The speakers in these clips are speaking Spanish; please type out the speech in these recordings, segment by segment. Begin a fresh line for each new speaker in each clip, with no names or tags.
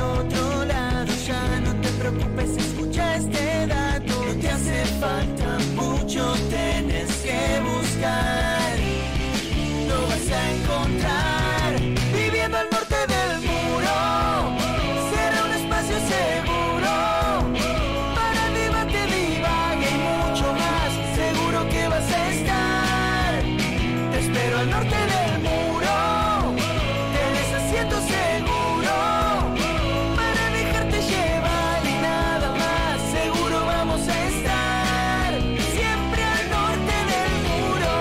otro lado. Ya no te preocupes, escucha este dato. No te hace falta mucho, tienes que buscar. Lo vas a encontrar viviendo al norte del muro. Será un espacio seguro para debate, divague y mucho más. Seguro que vas a estar. Te espero al norte del muro. Tienes asiento seguro para dejarte llevar y nada más. Seguro vamos a estar siempre al norte del muro.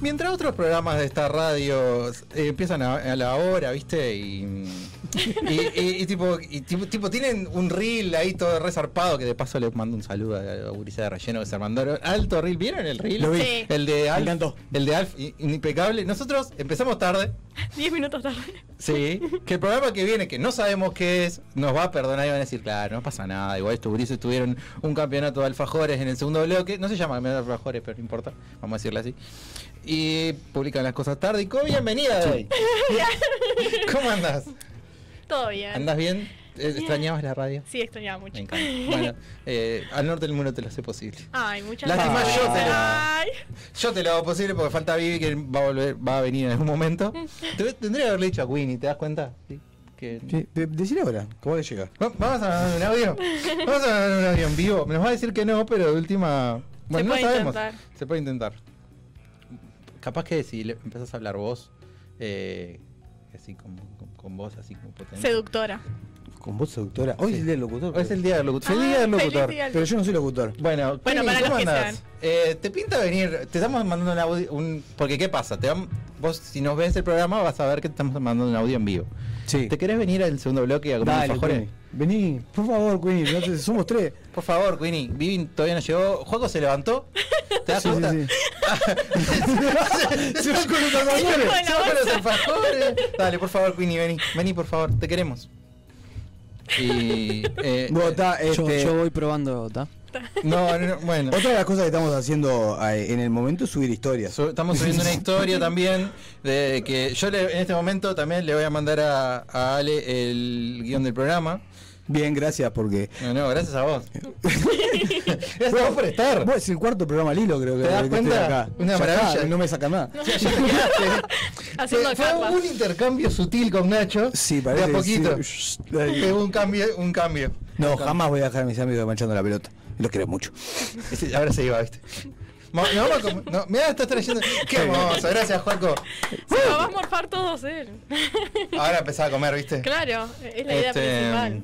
Mientras otros programas de esta radio eh, empiezan a, a la hora, ¿viste? Y, y- y- y tipo, y tipo, tipo, tienen un reel ahí todo resarpado, que de paso les mando un saludo a la gurizada de relleno que se mandaron. Alto reel, ¿vieron el reel?
Lo vi. Sí.
El de Alf.
encantó.
El de Alf, i- impecable. Nosotros empezamos tarde,
Diez minutos tarde.
Sí, que el programa que viene, que no sabemos qué es, nos va a perdonar y van a decir, claro, no pasa nada. Igual estos grises tuvieron un campeonato de alfajores en el segundo bloque. No se llama campeonato de alfajores, pero no importa, vamos a decirle así. Y publican las cosas tarde. Y co, bienvenida de hoy. ¿Cómo andás?
Todo bien.
¿Andás bien? Eh, ¿Extrañabas la radio?
Sí, extrañaba mucho.
Me encanta. Bueno, eh, al norte del mundo te lo hace posible.
Ay, muchas
Lástima,
gracias.
yo te lo-
Ay.
Yo te lo hago posible porque falta Vivi que va a volver, va a venir en algún momento. Te- Tendría que haberle dicho a Winnie, ¿te das cuenta? Sí. Que...
Sí, de- decir ahora, ¿cómo que llega?
Va- Vamos a mandar un audio. Vamos a mandar un audio en vivo. Nos va a decir que no, pero de última. Bueno, no
puede
sabemos.
intentar.
Se puede intentar. Capaz que si le empezás a hablar vos, eh, así con, con, con voz así como potente.
Seductora.
Con voz seductora. Hoy
Sí.
es el día del locutor.
Hoy es el día del locutor.
Ay,
Feliz día del
feliz
locutor.
día del-
Pero yo no soy locutor.
Bueno,
Bueno,
Kenny,
para los
¿cómo
que
andás?
sean.
Eh, te pinta venir, te estamos mandando un audio, un- porque ¿qué pasa? Te vam- vos si nos ves el programa vas a ver que te estamos mandando un audio en vivo.
Sí.
¿Te querés venir al segundo bloque a comer
Dale,
alfajores?
Queenie. Vení, por favor, Queenie. no te- somos tres.
Por favor, Queenie, Vivi todavía no llegó. Juaco se levantó. ¿Te das
Sí,
cuenta?
sí,
se va con los alfajores. Se va
Con la
con los
bolsa.
alfajores. Dale, por favor, Queenie, vení. Vení, por favor, te queremos. Y. eh,
Bueno, está,
Yo,
este,
yo voy probando, ¿ta?
no, no, no, bueno.
Otra de las cosas que estamos haciendo eh, en el momento es subir historias.
Su- Estamos subiendo una historia también de que yo le- en este momento también le voy a mandar a, a Ale el guión del programa.
Bien, gracias porque.
No, no, gracias a vos. gracias a vos por estar.
Vos es el cuarto programa al hilo, creo que.
¿Te das
que estoy
cuenta?
acá.
Una
Ya
maravilla.
está, no me saca nada.
Ya- ya te quedaste.
Haciendo
Fue- fue
capas.
un intercambio sutil con Nacho.
Sí,
De
parece.
a
que sí.
poquito.
Shh, ay.
Fue un cambio, un cambio.
No, jamás voy a dejar a mis amigos manchando la pelota. Los quiero mucho.
Ese- Ahora se iba, viste. Mo- No, vamos a com- no, mirá, estás trayendo. Qué hermoso, gracias, Juaco.
Se
¡Uh!
lo va a morfar todos él.
Ahora empezaba a comer, viste.
claro, es la idea
Este,
principal.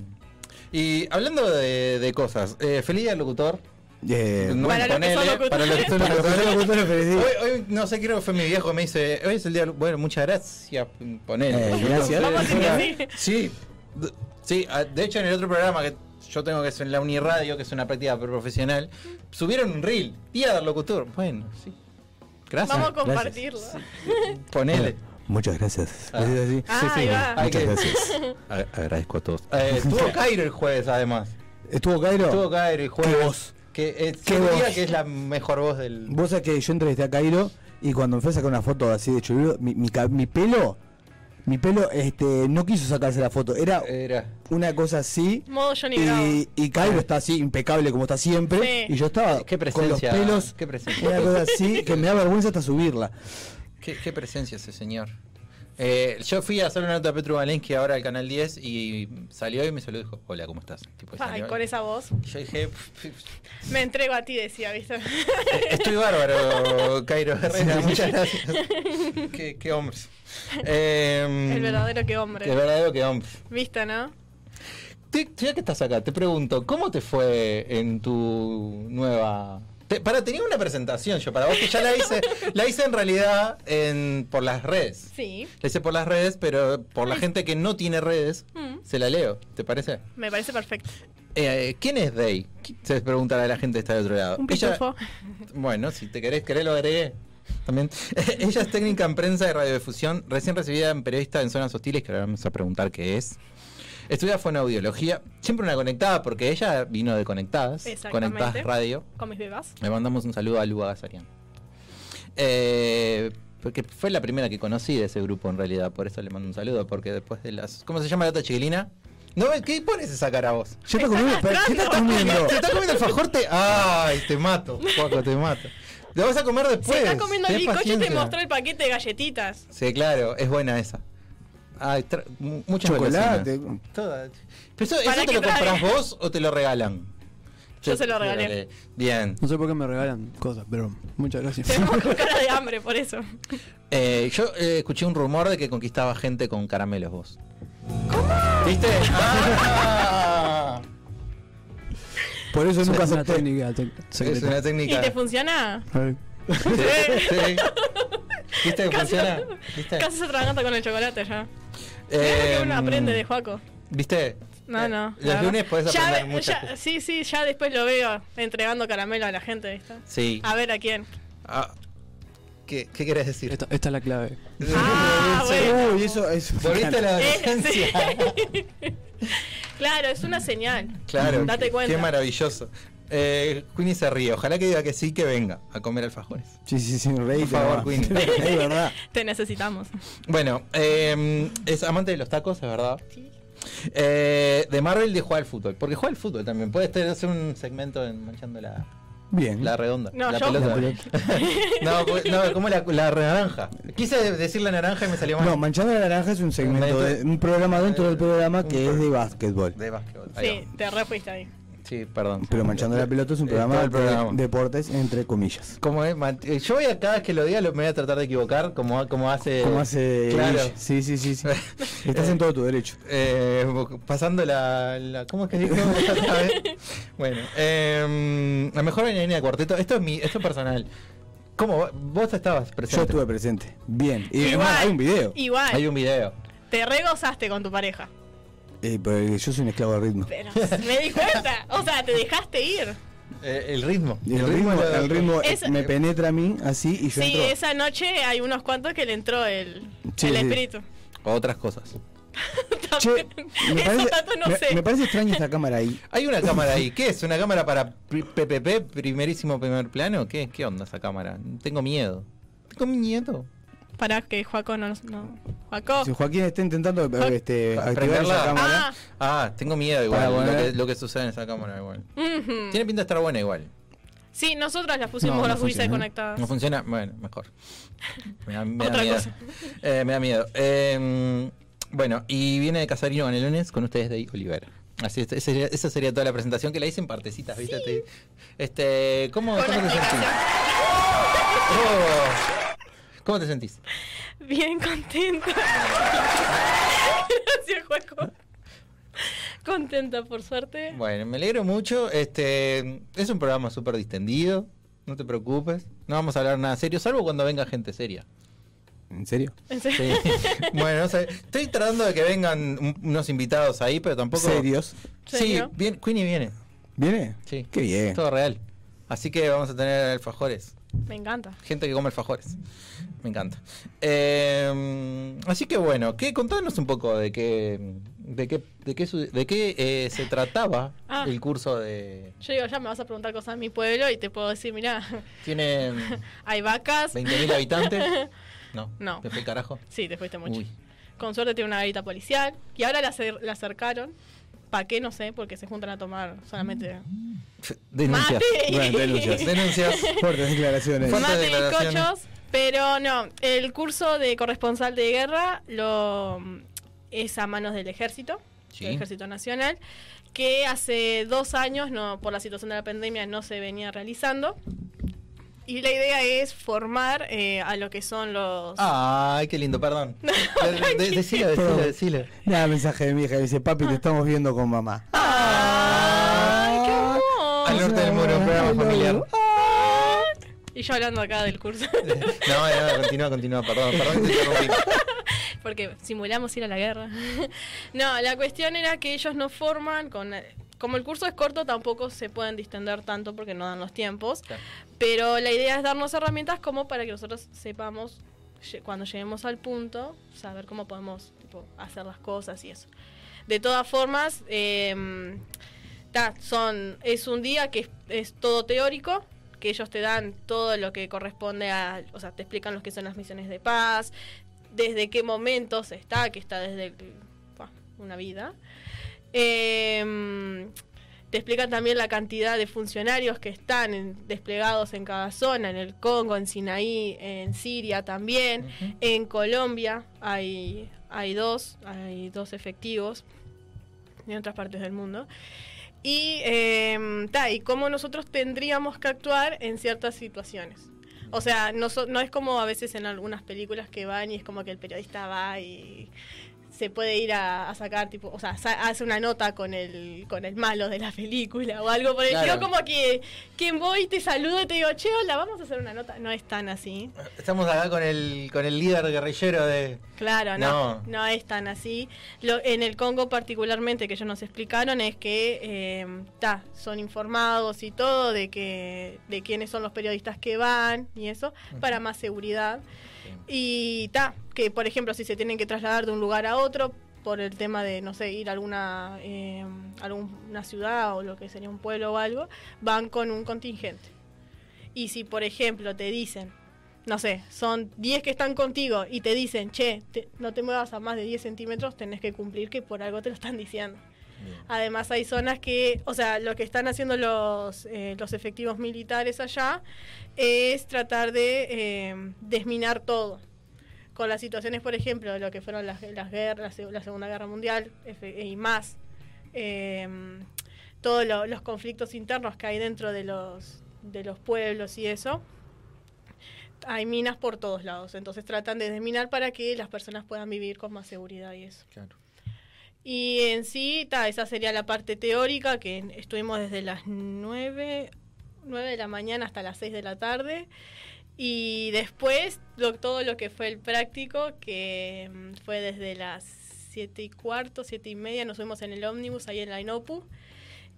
Y hablando de, de cosas, eh, feliz día del locutor.
Eh,
No,
Pues Para los que son locutores.
para los que son
para los
locutores.
locutores, feliz día.
Hoy, hoy, no sé, creo que fue mi viejo que me dice, hoy es el día, del- bueno, muchas gracias, ponele.
Eh, gracias.
Vamos a decir que
sí. D- Sí, a- de hecho en el otro programa que yo tengo que es en la Uniradio, que es una práctica profesional, subieron un reel, día del locutor. Bueno, sí. Gracias.
Vamos a
gracias.
compartirlo.
Ponele.
Muchas gracias.
Ah.
¿Es así?
Ah, ahí va.
Hay
Muchas
que-
gracias.
A- agradezco a todos. Eh, estuvo Cairo el jueves, además.
¿Estuvo Cairo?
Estuvo Cairo el jueves.
Qué voz.
Que, es,
Qué voz.
que es la mejor voz del.
Vos sabés que yo entrevisté a Cairo y cuando me fue a sacar una foto así de chulero, mi, mi, ca- mi pelo, mi pelo este, no quiso sacarse la foto. Era
Era.
una cosa así.
Modo Johnny Bravo.
Y, y Cairo está así, impecable como está siempre.
Sí.
Y yo estaba
Qué
con los
presencia.
pelos.
Qué presencia.
Una cosa así que me da vergüenza hasta subirla.
Qué, qué presencia ese señor. Eh, yo fui a hacer una nota a Petru Valensky ahora al Canal 10 y salió y me saludó y dijo, hola, ¿cómo estás? Tipo,
Ay,
salió.
con esa voz.
Yo dije, "Pf, pf,
Pues Me entrego a ti, decía, ¿viste?
estoy bárbaro, Cairo. Herrera, muchas gracias. qué, qué hombres. Eh,
El verdadero que
El
hombre.
verdadero que hombre.
¿Viste, no?
Te- Ya que estás acá, te pregunto, ¿cómo te fue en tu nueva... Te- para, tenía una presentación yo para vos que ya la hice, la hice en realidad en, por las redes.
Sí.
La hice por las redes, pero por la gente que no tiene redes,
Mm.
se la leo, ¿te parece?
Me parece perfecto.
Eh, ¿Quién es Day? Se preguntará la gente que está de otro lado.
Un
Ah, Ella-
pitufo.
bueno, si te querés, querés lo agregué. También. Ella es técnica en prensa y radiodifusión, recién recibida en periodista en zonas hostiles, que ahora vamos a preguntar qué es. Estudia fonoaudiología, siempre una conectada, porque ella vino de Conectadas,
Exactamente.
Conectadas Radio.
Con mis bebas.
Le mandamos un saludo a Luba Gazarian. Eh, porque fue la primera que conocí de ese grupo en realidad, por eso le mando un saludo, porque después de las... ¿Cómo se llama la otra chiquilina? No, ¿qué pones esa cara a vos?
Yo estaba comiendo, pero ¿qué te estás comiendo?
¿Se está comiendo el fajor? Te... ¡Ay, te mato! Juaco, te mato. Lo vas a comer
Se
después.
está comiendo el
Ten
bizcocho y te
Pues, paciencia.
mostró el paquete de galletitas.
Sí, claro, es buena esa. Ay, tra- mu- muchas
Chocolate.
golosinas. Todas. Pero eso,
¿Para
¿eso te
qué
lo
trae?
comprás vos o te lo regalan?
Yo se lo regalé.
regalé. Bien.
No sé por qué me regalan cosas, pero muchas gracias.
Tenemos con cara de hambre, por eso.
Eh, yo eh, escuché un rumor de que conquistaba gente con caramelos vos. ¿Cómo? ¿Viste? Ah.
Por eso nunca
Es una
acepté.
técnica tec-
es
secreta.
una
¿Y
técnica.
te funciona?
A ver.
Sí, sí. ¿Viste que
Casi-
funciona? ¿Viste?
Casi se atraganta con el chocolate ya. Claro
Eh,
que uno aprende de Juaco.
¿Viste?
No,
Eh,
no.
Los lunes podés
Ya
aprender
ve-
muchas
ya-
cosas.
Sí, sí, ya después lo veo entregando caramelo a la gente, ¿viste?
Sí.
A ver a quién.
Ah, ¿Qué, qué querés decir?
Esta, esta es la clave.
Ah, bueno.
Uy, eso es.
Volviste a la
Eh, sí.
adolescencia.
claro, es una señal.
Claro,
Date
qué-
cuenta.
qué maravilloso. Eh, Queenie se ríe, ojalá que diga que sí, que venga a comer alfajores.
Sí, sí, sí, rey.
Por favor, Queen.
Es verdad.
Te necesitamos.
Bueno, eh, es amante de los tacos, es verdad.
Sí.
Eh, de Marvel de jugar al fútbol, porque juega al fútbol también. Puedes tener- hacer un segmento en manchando la,
Bien.
la redonda.
No,
la
yo-
pelota.
La
no, pues, no, como la, la naranja. Quise decir la naranja y me salió mal.
No, Manchando la Naranja es un segmento, de, un programa dentro del programa que es de básquetbol.
de básquetbol. Ahí
Sí,
va.
te refuiste ahí.
Sí, perdón.
Pero Manchando la Pelota es un programa,
Eh, todo el programa.
de deportes, entre comillas.
Como es, man- eh, yo voy a cada vez que lo diga, lo, me voy a tratar de equivocar, como, como hace.
¿Cómo hace
Claro.
Guille? Sí, sí, sí, sí. Estás en todo tu derecho.
Eh, pasando la, la- ¿Cómo es que dijo? Otra vez. bueno, eh, la mejor bailarina de cuarteto. Esto es mi, esto es personal. ¿Cómo? va- Vos estabas
Yo
presente.
estuve presente. Bien. Y además hay un video.
Igual.
Hay un video.
Te regozaste con tu pareja.
Eh, pero yo soy un esclavo del ritmo.
Pero me di cuenta. O sea, te dejaste ir.
Eh, el ritmo.
Y El ritmo,
lo-
el ritmo eh,
Es-
me penetra a mí así y yo
Sí,
entro.
esa noche hay unos cuantos que le entró el,
Sí,
el
sí.
espíritu.
Otras cosas.
Che, me
Eso
parece,
tanto no
me-
sé.
me parece extraña esta cámara ahí.
Hay una cámara ahí. ¿Qué es? ¿Una cámara para pri- PPP, primerísimo primer plano? ¿Qué, qué onda esa cámara? Tengo miedo. Tengo miedo.
Pará, que Joaco no. no. Joaco.
Si Joaquín está intentando eh, este,
Pa-
activar
prenderla.
esa cámara.
Ah,
Ah, tengo miedo
Para
igual. Lo
poner-
que, lo que sucede en esa cámara igual.
ujú.
Tiene pinta de estar buena igual.
Sí, nosotras las pusimos
No, no
las juicias
funciona.
desconectadas.
No funciona, bueno, mejor. Me da, me da
Otra
miedo.
cosa.
Eh, me da miedo. Eh, bueno, y viene de Casarino Canelones con ustedes de Olivera. Así es, esa sería, esa sería toda la presentación que la hice en partecitas, ¿viste? Te- Este, ¿cómo,
Con
cómo te
explicación.
sentís? Oh, ¿Cómo te sentís?
Bien contenta. Gracias, Joaco. Contenta, por suerte.
Bueno, me alegro mucho. Este, es un programa súper distendido. No te preocupes. No vamos a hablar nada serio, salvo cuando venga gente seria.
¿En serio?
En serio.
Sí. bueno, no sé. Estoy tratando de que vengan un- unos invitados ahí, pero tampoco.
¿Serios?
Sí,
¿Serio?
bien, Queenie viene.
¿Viene?
Sí.
Qué bien.
Todo real. Así que vamos a tener alfajores.
Me encanta.
Gente que come alfajores. Me encanta. Eh, así que bueno, ¿qué, contanos un poco de qué, de qué, de qué, su- de qué eh, se trataba
Ah.
el curso de.
Yo digo, ya me vas a preguntar cosas de mi pueblo y te puedo decir, mirá,
Tiene
hay vacas.
20.000 habitantes. No.
No.
¿Te fue el carajo?
Sí, te fuiste mucho.
Uy.
Con suerte tiene una garita policial. Y ahora la, acer- la acercaron. ¿Para qué? No sé, porque se juntan a tomar
Mm.
solamente
Denuncias.
mate
Bueno, denuncias.
y,
Denuncias.
Fuertes declaraciones.
Fuertes
mate y
declaraciones.
cochos. Pero no, el curso de corresponsal de guerra lo es a manos del ejército,
Sí.
del ejército nacional, que hace dos años, no, por la situación de la pandemia, no se venía realizando. Y la idea es formar eh, a lo que son los...
Ah. Ay, qué lindo, perdón. De- de- Decilo, decilo,
Perdón.
decilo.
Nada, mensaje de mi hija. Dice, papi, te estamos viendo con mamá.
¡Ay, qué
Ah.
amor!
Al norte del muro, un programa familiar.
Y yo hablando acá del curso.
No, no, continúa, continúa, perdón, perdón que te interrumpí.
porque simulamos ir a la guerra. no, la cuestión era que ellos no forman con... eh, Como el curso es corto, tampoco se pueden distender tanto porque no dan los tiempos.
Claro.
Pero la idea es darnos herramientas como para que nosotros sepamos, lle- cuando lleguemos al punto, saber cómo podemos tipo, hacer las cosas y eso. De todas formas, em, ta, son, es un día que es, es todo teórico, que ellos te dan todo lo que corresponde a, o sea, te explican lo que son las misiones de paz, desde qué momentos está, que está desde el- buah, una vida. Em, te explican también la cantidad de funcionarios que están en- desplegados en cada zona, en el Congo, en Sinaí, en Siria también,
Ujú.
en Colombia hay, hay dos, hay dos efectivos en otras partes del mundo. Y, eh, ta, y cómo nosotros tendríamos que actuar en ciertas situaciones. O sea, no, so- no es como a veces en algunas películas que van y es como que el periodista va y se puede ir a, a sacar, tipo, o sea, sa- hace una nota con el, con el malo de la película o algo por el
Claro.
Yo como que, que voy, te saludo y te digo, che, hola, vamos a hacer una nota. No es tan así.
Estamos acá con el, con el líder guerrillero de.
Claro, no,
No.
no, es tan así. Lo, en el Congo particularmente que ellos nos explicaron es que eh, ta, son informados y todo de que de quiénes son los periodistas que van y eso para más seguridad y ta que por ejemplo si se tienen que trasladar de un lugar a otro por el tema de no sé ir a alguna eh, alguna ciudad o lo que sería un pueblo o algo van con un contingente y si por ejemplo te dicen no sé, son 10 que están contigo y te dicen, che, te- no te muevas a más de 10 centímetros, tenés que cumplir que por algo te lo están diciendo. Además hay zonas que, o sea, lo que están haciendo los, eh, los efectivos militares allá es tratar de eh, desminar todo. Con las situaciones, por ejemplo, de lo que fueron las, las guerras, la Segunda Guerra Mundial efe- y más, eh, todos lo- los conflictos internos que hay dentro de los, de los pueblos y eso, hay minas por todos lados. Entonces tratan de desminar para que las personas puedan vivir con más seguridad y eso. Y en sí, ta, esa sería la parte teórica que estuvimos desde las 9, 9 de la mañana hasta las 6 de la tarde. Y después lo- todo lo que fue el práctico, que mm, fue desde las 7 y cuarto, 7 y media, nos fuimos en el ómnibus ahí en la Inopu.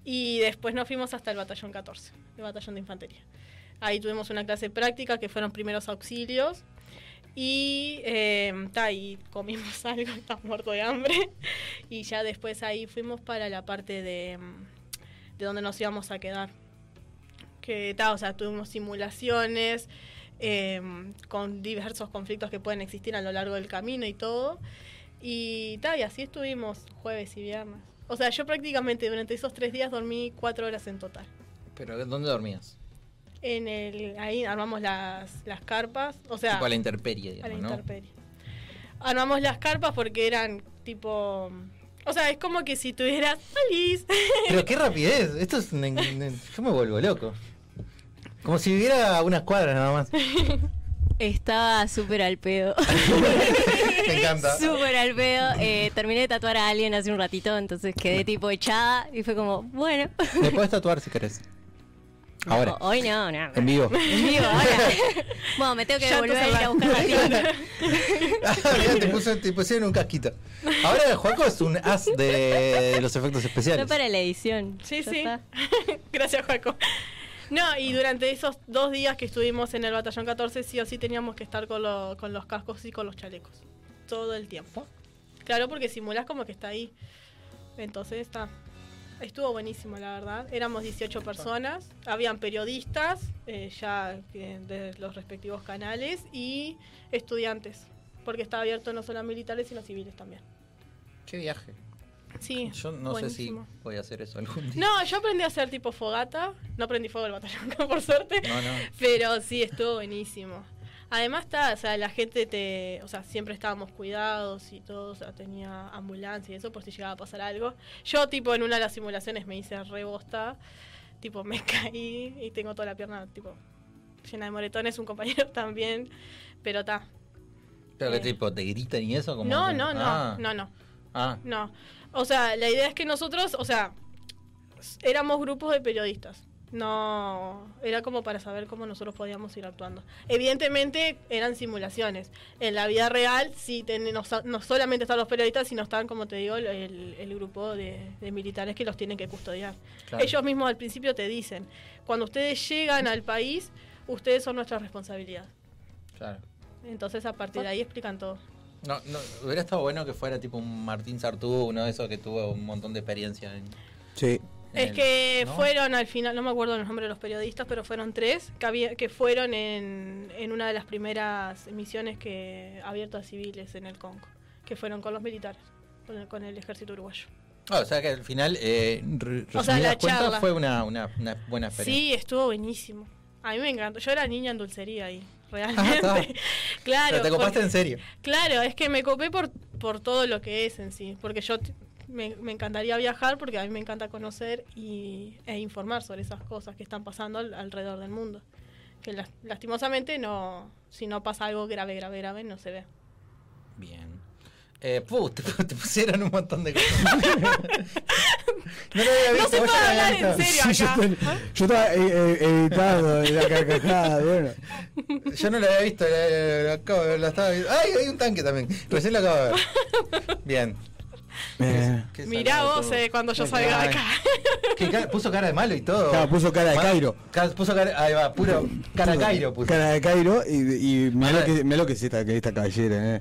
Y después nos fuimos hasta el batallón 14, el batallón de infantería. Ahí tuvimos una clase práctica que fueron primeros auxilios. Y, eh, ta, y comimos algo, estás muerto de hambre. Y ya después ahí fuimos para la parte de, mm, de donde nos íbamos a quedar. Que ta, o sea, tuvimos simulaciones eh, con diversos conflictos que pueden existir a lo largo del camino y todo. Y, ta, y así estuvimos jueves y viernes. O sea, yo prácticamente durante esos tres días dormí cuatro horas en total.
¿Pero dónde dormías?
En el, ahí armamos las, las carpas. O sea,
tipo a la intemperie,
a la
digamos, ¿no?
intemperie. Armamos las carpas porque eran tipo. O sea, es como que si tuvieras. ¡Feliz!
Pero qué rapidez. Esto es. un- un- Yo me vuelvo loco. Como si viviera a unas cuadras nada más.
Estaba súper al pedo.
Me encanta.
Súper al pedo. Eh, terminé de tatuar a alguien hace un ratito, entonces quedé tipo echada y fue como, bueno.
Me puedes tatuar si querés. Ahora.
No, hoy no, no.
En vivo.
En vivo, ahora. bueno, me tengo que
Ya
volver a ir
entonces
a buscar la tienda.
Ah, mirá, te, puso, te pusieron un casquito. Ahora Juaco es un as de los efectos
Fue
especiales.
para la edición.
Sí,
Ya
sí.
está.
Gracias, Juaco. No, y durante esos dos días que estuvimos en el batallón 14, sí o sí teníamos que estar con, lo- con los cascos y con los chalecos. Todo el tiempo. Claro, porque simulás como que está ahí. Entonces está. Estuvo buenísimo, la verdad. Éramos 18 personas. Habían periodistas, eh, ya que de los respectivos canales, y estudiantes. Porque estaba abierto no solo a militares, sino a civiles también.
Qué viaje.
Sí.
Yo no
buenísimo.
sé si voy a hacer eso algún día.
No, yo aprendí a hacer tipo fogata. No aprendí fuego del batallón, por suerte.
No, no.
Pero sí, estuvo buenísimo. Además, está, o sea, la gente te. O sea, siempre estábamos cuidados y todo. O sea, tenía ambulancia y eso por si llegaba a pasar algo. Yo, tipo, en una de las simulaciones me hice rebosta. Tipo, me caí y tengo toda la pierna, tipo, llena de moretones. Un compañero también. Pero está.
Pero que
Eh.
tipo, te gritan y eso. Como
No,
que-
no, no,
Ah,
no, no.
Ah,
No. O sea, la idea es que nosotros, o sea, s- éramos grupos de periodistas. No, era como para saber cómo nosotros podíamos ir actuando. Evidentemente eran simulaciones. En la vida real sí ten- no, so- no solamente están los periodistas, sino están, como te digo, el, el grupo de, de militares que los tienen que custodiar.
claro.
Ellos mismos al principio te dicen, cuando ustedes llegan al país, ustedes son nuestra responsabilidad.
claro.
Entonces a partir de ahí explican todo.
No, no, hubiera estado bueno que fuera tipo un Martín Sartú, uno de esos que tuvo un montón de experiencia en.
Sí.
Es
en-
que
¿no?
fueron al final, no me acuerdo los nombres de los periodistas, pero fueron tres que, había, que fueron en, en una de las primeras misiones que abiertas a civiles en el Congo, que fueron con los militares, con el, con el ejército uruguayo.
Ah, o sea que al final, eh, re-
O sea, la
resumidas cuentas,
charla.
fue una, una, una buena experiencia.
Sí, estuvo buenísimo. A mí me encantó. Yo era niña en dulcería ahí, realmente.
Ah, está.
claro.
Pero te copaste
porque-
en serio.
Claro, es que me copé por, por todo lo que es en sí, porque yo t- me, me encantaría viajar porque a mí me encanta conocer y, e informar sobre esas cosas que están pasando al- alrededor del mundo. Que las- lastimosamente no, si no pasa algo grave, grave, grave, no se ve.
Bien. Eh, puh, te, te pusieron un montón de cosas. no lo había
No
visto.
se
vos ya
puede
lo habías
hablar
visto.
en serio
yo,
acá.
estaba- yo estaba eh, eh, evitando la carcajada, bueno.
Yo no lo había visto, la- la- la acabo de ver, la estaba viendo. ¡Ay, hay un tanque también! Recién lo acabo de ver. Bien.
Eh,
Qué
Mirá
salado
vos
todo.
eh, cuando yo
Ay,
salga de acá.
que ca- puso cara de malo y todo.
Claro, puso cara de
Ma-
Cairo.
ca- Puso cara, ahí va, puro cara Cairo puso.
Cara de Cairo y, y mirá,
Cara
lo
de-
que, mirá lo que es esta, que esta caballera, eh.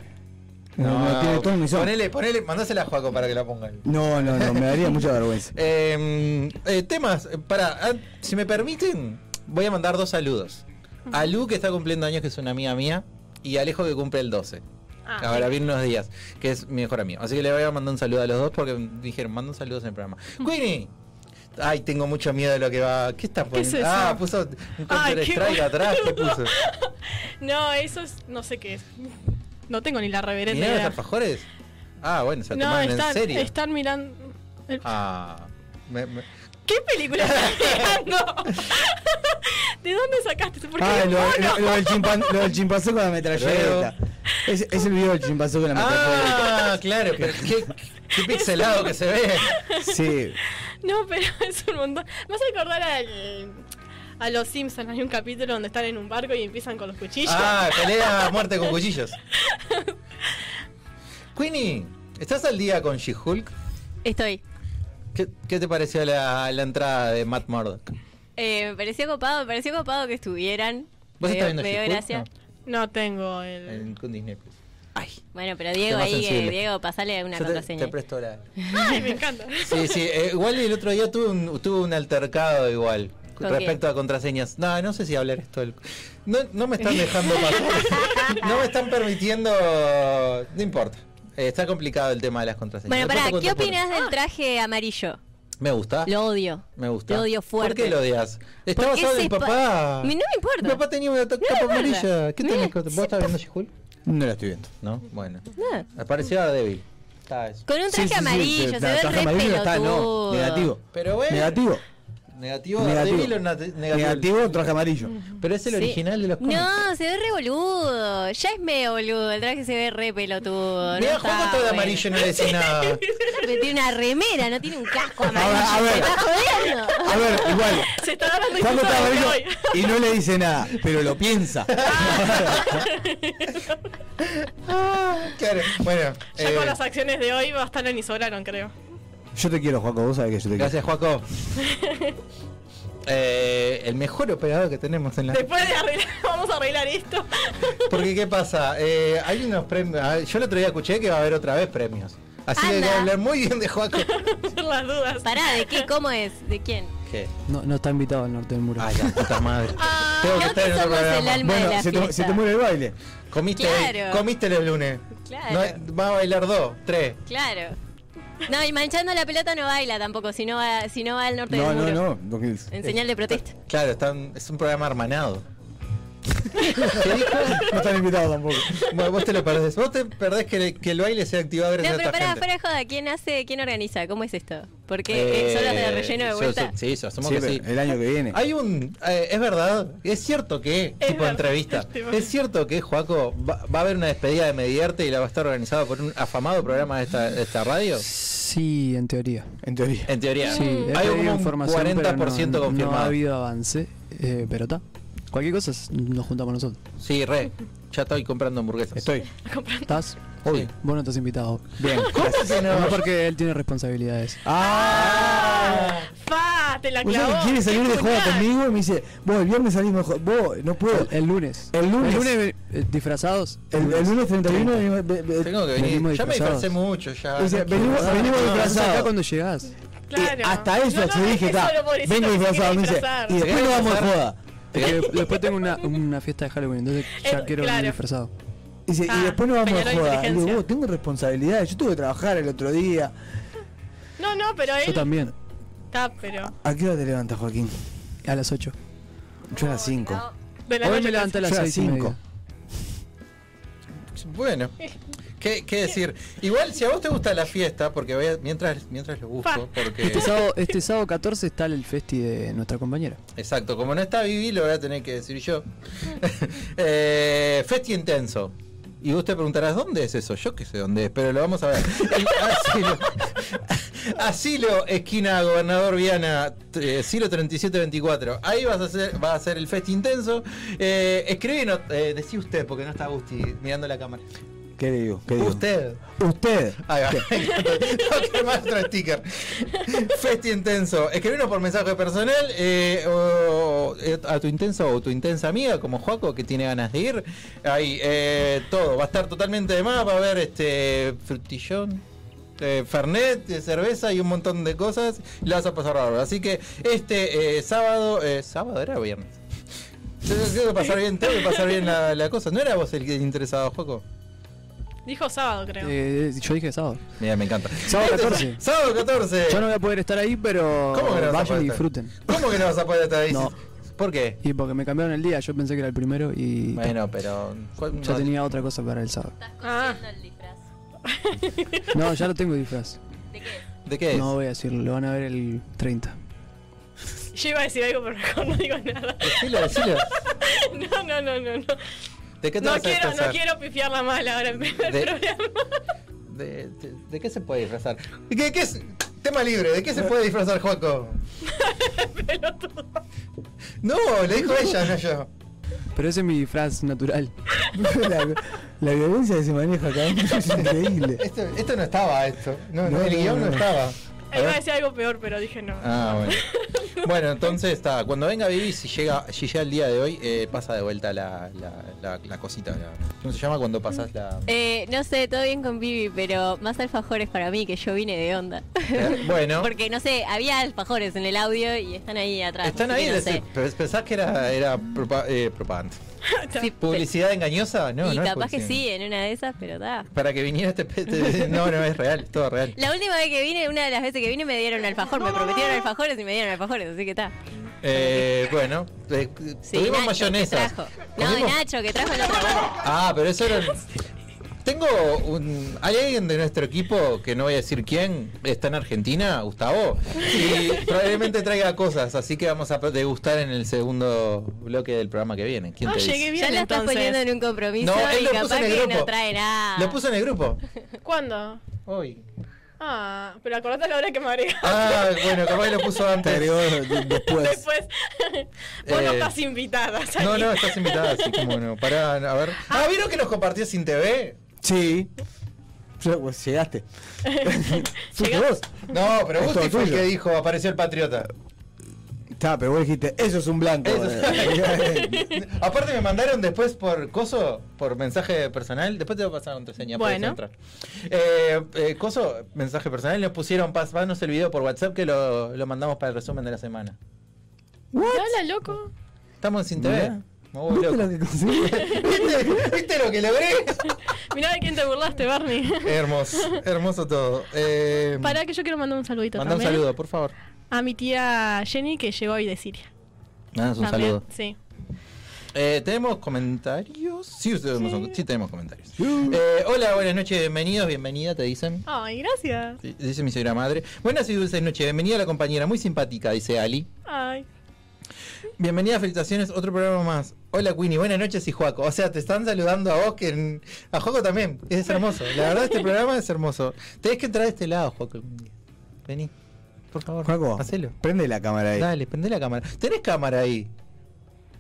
No, no, tiene todo un misón.
Ponele, ponele, mandásela a Joaco para que la pongan.
No, no, no, me daría mucha vergüenza.
Eh, eh, temas, eh, para, ah, si me permiten, voy a mandar dos saludos. A Lu, que está cumpliendo años, que es una amiga mía, y a Alejo, que cumple el 12.
Ah,
Ahora viene unos días, que es mi mejor amigo. Así que le voy a mandar un saludo a los dos porque me dijeron, mandan saludos en el programa. Queenie. Ay, tengo mucho miedo de lo que va. ¿Qué está
¿Qué es
poniendo?
eso?
Ah, puso un
Ay,
counter
qué
strike atrás. ¿Qué puso?
No, eso es. No sé qué es. No tengo ni la reverencia.
¿Miraron los alfajores? Ah, bueno, se la
No,
tomaron en
están,
serio.
están mirando. el-
Ah, me- me-
¿Qué película están mirando? ¿De dónde sacaste? ¿Por qué
Ah,
eres
lo,
mono?
lo- lo del chimpan- lo del chimpancé con la metralleta. Es, es el video del chimpancé con la metralleta.
Ah, claro, pero qué, qué pixelado que se ve.
Sí.
No, pero es un montón. Me hace acordar al, a los Simpsons. Hay un capítulo donde están en un barco y empiezan con los cuchillos.
Ah, pelea a muerte con cuchillos. Queenie, ¿estás al día con She-Hulk?
Estoy.
¿Qué, qué te pareció la, la entrada de Matt Murdock?
Eh, me pareció copado, me pareció copado que estuvieran.
¿Vos
me,
estás viendo
dio- me dio
She-Hulk?
gracia.
No tengo
No,
el.
en- con Disney Plus.
Bueno, pero Diego
Tema
ahí, que
sensible.
Diego, pasale una
Yo te,
contraseña.
te presto la.
Ay, me encanta.
Sí, sí, eh, igual el otro día tuve un, tuve un altercado igual.
¿Con
Respecto a contraseñas. No, no sé si hablar esto. del- No, no me están dejando pasar. No me están permitiendo. No importa. Eh, está complicado el tema de las contraseñas.
Bueno,
Después
pará,
te cuento
¿qué
por-
opinas del traje amarillo?
Me gusta.
Lo odio.
Me gusta.
Lo odio fuerte.
¿Por qué lo odias? Está
Porque
basado en
ese
el
pa-
papá.
Mi- no me importa.
Mi papá tenía una ta-
me
capa
importa.
amarilla. ¿Qué
Mira,
tenés? con- ¿Vos
sí,
estás
pa-
viendo She-Hulk?
No la estoy viendo.
No, bueno.
No.
Me pareció débil. Está eso.
Con un
Sí,
traje
sí, sí,
amarillo,
sí,
se
el
ve
traje
re
amarillo está, no,
pelotudo.
negativo.
Pero bueno.
Negativo.
Negativo,
Negativo.
débil o nat- negativo.
Negativo, traje amarillo.
Pero es el
Sí.
original de los cómics.
No, se ve re boludo. Ya es medio boludo. El traje se ve re pelotudo.
Mira,
no
juego
está
todo de
bueno.
amarillo y no le decís nada.
Pero tiene una remera, no tiene un casco amarillo.
a ver.
¿Me estás jodiendo?
A ver, igual.
Se está dando
Juanjo está
de
amarillo
hoy.
y no le dice nada, pero lo piensa.
claro. Bueno,
Ya
eh,
con las acciones de hoy bastaron y sobraron, creo.
Yo te quiero, Juaco, vos sabés que yo te quiero.
gracias, Juaco. Eh, el mejor operador que tenemos en la.
Después de arreglar, vamos a arreglar esto.
Porque, ¿qué pasa? Eh, hay unos premios. ah, Yo el otro día escuché que va a haber otra vez premios. Así que hay que
Anda.
hablar muy bien de Juaco.
Por las dudas.
Pará, ¿de qué? ¿Cómo es? ¿De quién?
¿Qué?
No, no está invitado al norte del muro.
Ay, la puta madre.
Ah,
Tengo que
creo
estar en
que
otro
somos el
programa.
alma de
Bueno,
la
se te,
fiesta.
se te muere el baile.
Comiste,
Claro.
comiste los lunes.
Claro.
No, va a bailar dos, tres.
Claro. No, y manchando la pelota no baila tampoco, si no va, si no va al norte
No,
del
no,
muro.
no. Eh, no, que es-
En señal de protesta.
Claro, están, es un programa hermanado. ¿Qué dijo?
No están invitados tampoco.
Bueno, vos te lo perdés. Vos te perdés que, que el baile sea activado
No,
gracias a
pero
esta
pará,
gente.
fuera de joda, ¿quién hace, quién organiza? ¿Cómo es esto? Porque qué? son los de
Eh,
relleno de
yo-
vuelta.
yo- sí, yo asumo
Sí,
que
pero
sí.
El año que viene.
Hay un. eh, es verdad, es cierto que. tipo
Es
de
verdad,
entrevista.
es tipo-
Es cierto que, Joaco, va, va a haber una despedida de Mediarte y la va a estar organizada por un afamado programa de esta, de esta radio.
Sí, en teoría.
En teoría.
En teoría.
Sí, he
Hay
pedido
como un
información, pero
40%
no,
confirmado.
No ha habido avance, eh, pero está. Cualquier cosa s- nos juntamos nosotros.
Sí, re. Ya estoy comprando hamburguesas.
Estoy.
¿Estás?
Uy.
Vos no estás invitado.
Bien.
¿Cómo que no?
No, porque él tiene responsabilidades.
¡Ah!
Eh,
Fa, te la
Pues
clavó.
quiere salir
Qué
de joda
puñal.
conmigo y me dice, vos el viernes salimos, jo- vos no puedo.
El lunes.
El lunes.
El lunes eh, disfrazados.
El, el lunes 31
30.
venimos- ve- ve-
Tengo que
Venimos
venir. Ya me
disfrazados.
disfracé mucho. Ya.
dice, venimos,
Ah,
venimos
no,
disfrazados.
acá cuando llegás.
Claro.
Y hasta eso
No
te
lo
dije,
dejes
ta,
solo, pobrecito,
vengo
que se
disfrazado, me
quiere
dice,
disfrazar.
y después
¿Se
nos vamos de
quiere
joda.
Porque después tengo una, una fiesta de Halloween, entonces ya
Eh,
quiero
claro.
venir disfrazado.
Dice,
Ah,
y después nos vamos de
señaló
joda. Y digo,
inteligencia.
vos tengo responsabilidades, yo tuve que trabajar el otro día.
No, no, pero
Yo
él
también,
está, pero.
¿A qué hora te levantas, Joaquín?
a las 8.
Yo a las 5.
De la
Hoy
noche
me levanté a las
Yo a las
6 y media.
cinco.
Bueno, ¿qué, qué decir? Igual, si a vos te gusta la fiesta, porque voy a- mientras, mientras lo busco,
Pa.
porque.
Este sábado, este sábado 14 está el festi de nuestra compañera.
Exacto, como no está Vivi, lo voy a tener que decir yo. eh, Festi Intenso. Y vos te preguntarás, ¿dónde es eso? Yo qué sé dónde es, pero lo vamos a ver. Asilo, Asilo, esquina Gobernador Viana, eh, Silo 3724. Ahí vas a hacer, va a ser el fest intenso. Eh, escribí, no- eh, decí usted, porque no está Gusti mirando la cámara.
¿Qué digo? ¿Qué digo?
Usted.
Usted.
Ahí va. Tengo que armar otro sticker. Festi intenso. Escribinos por mensaje personal eh, o, eh, a tu intenso o tu intensa amiga, como Joaco, que tiene ganas de ir. Ahí, eh, todo. Va a estar totalmente de más. Va a haber este frutillón. eh, Fernet, eh, cerveza y un montón de cosas, la vas a pasar bárbaro. Así que este eh, sábado, eh, sábado era o viernes. Tengo que pasar bien, tengo que pasar bien la, la cosa. ¿No era vos el que interesado, Joaco?
Dijo sábado, creo.
Eh, yo dije sábado.
Mira, me encanta.
Sábado 14.
Sábado 14.
Yo no voy a poder estar ahí, pero
¿Cómo que no vas a
vayan
poder
y
estar?
disfruten.
¿Cómo que no vas a poder estar ahí?
No.
¿Por qué?
Y porque me cambiaron el día, yo pensé que era el primero y
Bueno, pero. ¿cuál-
yo
no-
tenía otra cosa para el sábado.
Estás
Ah.
cosiendo el disfraz.
No, ya lo tengo disfraz.
¿De qué?
¿De qué es?
No voy a decirlo, lo van a ver el 30.
Yo iba a decir algo, pero mejor no digo nada.
Decilo, decilo.
No, no, no, no. No,
¿De qué te
no
vas a
quiero,
disfrazar?
no quiero pifiarla mal ahora en primer
De- ¿Eh?
programa.
¿De, de, de qué se puede disfrazar? ¿Qué, qué es? Tema libre, ¿de qué se puede disfrazar, Joaco? No, le dijo ella, no yo.
Pero ese es mi disfraz natural.
la, la violencia que se maneja acá es increíble.
Esto, esto no estaba, esto. No, no,
No,
el
no,
guión no,
no.
estaba. A
Iba a
ver.
decir algo peor, pero dije no.
Ah, bueno. Bueno, entonces está. Cuando venga Vivi, si llega, si llega el día de hoy, eh, pasa de vuelta la, la, la, la cosita. la- ¿Cómo se llama cuando pasas la.?
Eh, no sé, todo bien con Vivi, pero más alfajores para mí, que yo vine de onda.
Eh, Bueno.
Porque no sé, había alfajores en el audio y están ahí atrás.
Están
así
ahí,
que no sé.
decir, pero pensás que era, era propa- eh, propaganda.
Sí,
¿Publicidad engañosa? No,
y
no es
capaz que
publicidad.
sí, en una de esas, pero da.
Para que viniera este, pe- este- No, no, es real, es todo real.
La última vez que vine, una de las veces que vine, me dieron alfajor. Me prometieron alfajores y me dieron alfajores, así que está.
Eh, bueno, eh,
Sí,
tuvimos
Nacho,
mayonesas.
que trajo. No,
Comimos-
Nacho, que trajo el otro.
Ah, pero eso era. Tengo un. Hay alguien de nuestro equipo, que no voy a decir quién, está en Argentina, Gustavo, y probablemente traiga cosas, así que vamos a degustar en el segundo bloque del programa que viene. ¿Quién
Ah,
te dice?
llegué
Ya
bien
la estás poniendo
entonces.
en un compromiso
No, él
y
lo puso
capaz
en el
que
grupo.
no trae nada.
Lo puso en el grupo.
¿Cuándo?
Hoy.
Ah, pero acordate la hora que me agregaste
Ah, bueno, capaz que lo puso
Te
antes.
agregó de- después.
después. Vos no
Eh,
estás invitada. Sani.
No, no, estás invitada, así como no. Pará, a ver. Ah, ¿vieron que nos compartió sin TV?
Sí. Yo- vos llegaste. ¿Fuiste
Llega-
vos?
No, pero
Es
Gusti
todo
fue el
tuyo.
que dijo, apareció el patriota.
Está, pero vos dijiste, eso es un blanco.
Eso es- Aparte me mandaron después por coso, por mensaje personal, después te voy a pasar contraseña. podés
Bueno.
entrar. Eh, eh, coso, mensaje personal, nos pusieron, pasanos el video por WhatsApp que lo, lo mandamos para el resumen de la semana.
¿Qué habla, loco?
Estamos sin TV.
Mirá.
Me vuelvo
¿Viste
loco.
lo que conseguí?
¿Viste? ¿Viste lo que logré?
Mirá de quién te burlaste, Barney.
hermoso, hermoso todo. Eh,
Pará que yo quiero mandar un saludito
manda un
también.
saludo, por favor.
A mi tía Jenny que llegó hoy de Siria.
Nada, es un
También,
saludo.
Sí.
Eh, ¿Tenemos comentarios? Sí, ustedes Tenemos, sí tenemos comentarios. Eh, hola, buenas noches, bienvenidos, bienvenida, te dicen.
Ay, gracias.
Sí, Dice mi señora madre. Buenas y dulces noches, bienvenida la compañera, muy simpática, dice Ali.
Ay.
Bienvenida, felicitaciones, otro programa más. Hola Queenie, buenas noches y Juaco. O sea, te están saludando a vos, que en- a Juaco también. Es hermoso. La verdad, este programa es hermoso. Tenés que entrar a este lado, Juaco. algún día. Vení, por favor.
Juaco,
Hacelo.
prende la cámara ahí.
Dale, prende la cámara. ¿Tenés cámara ahí?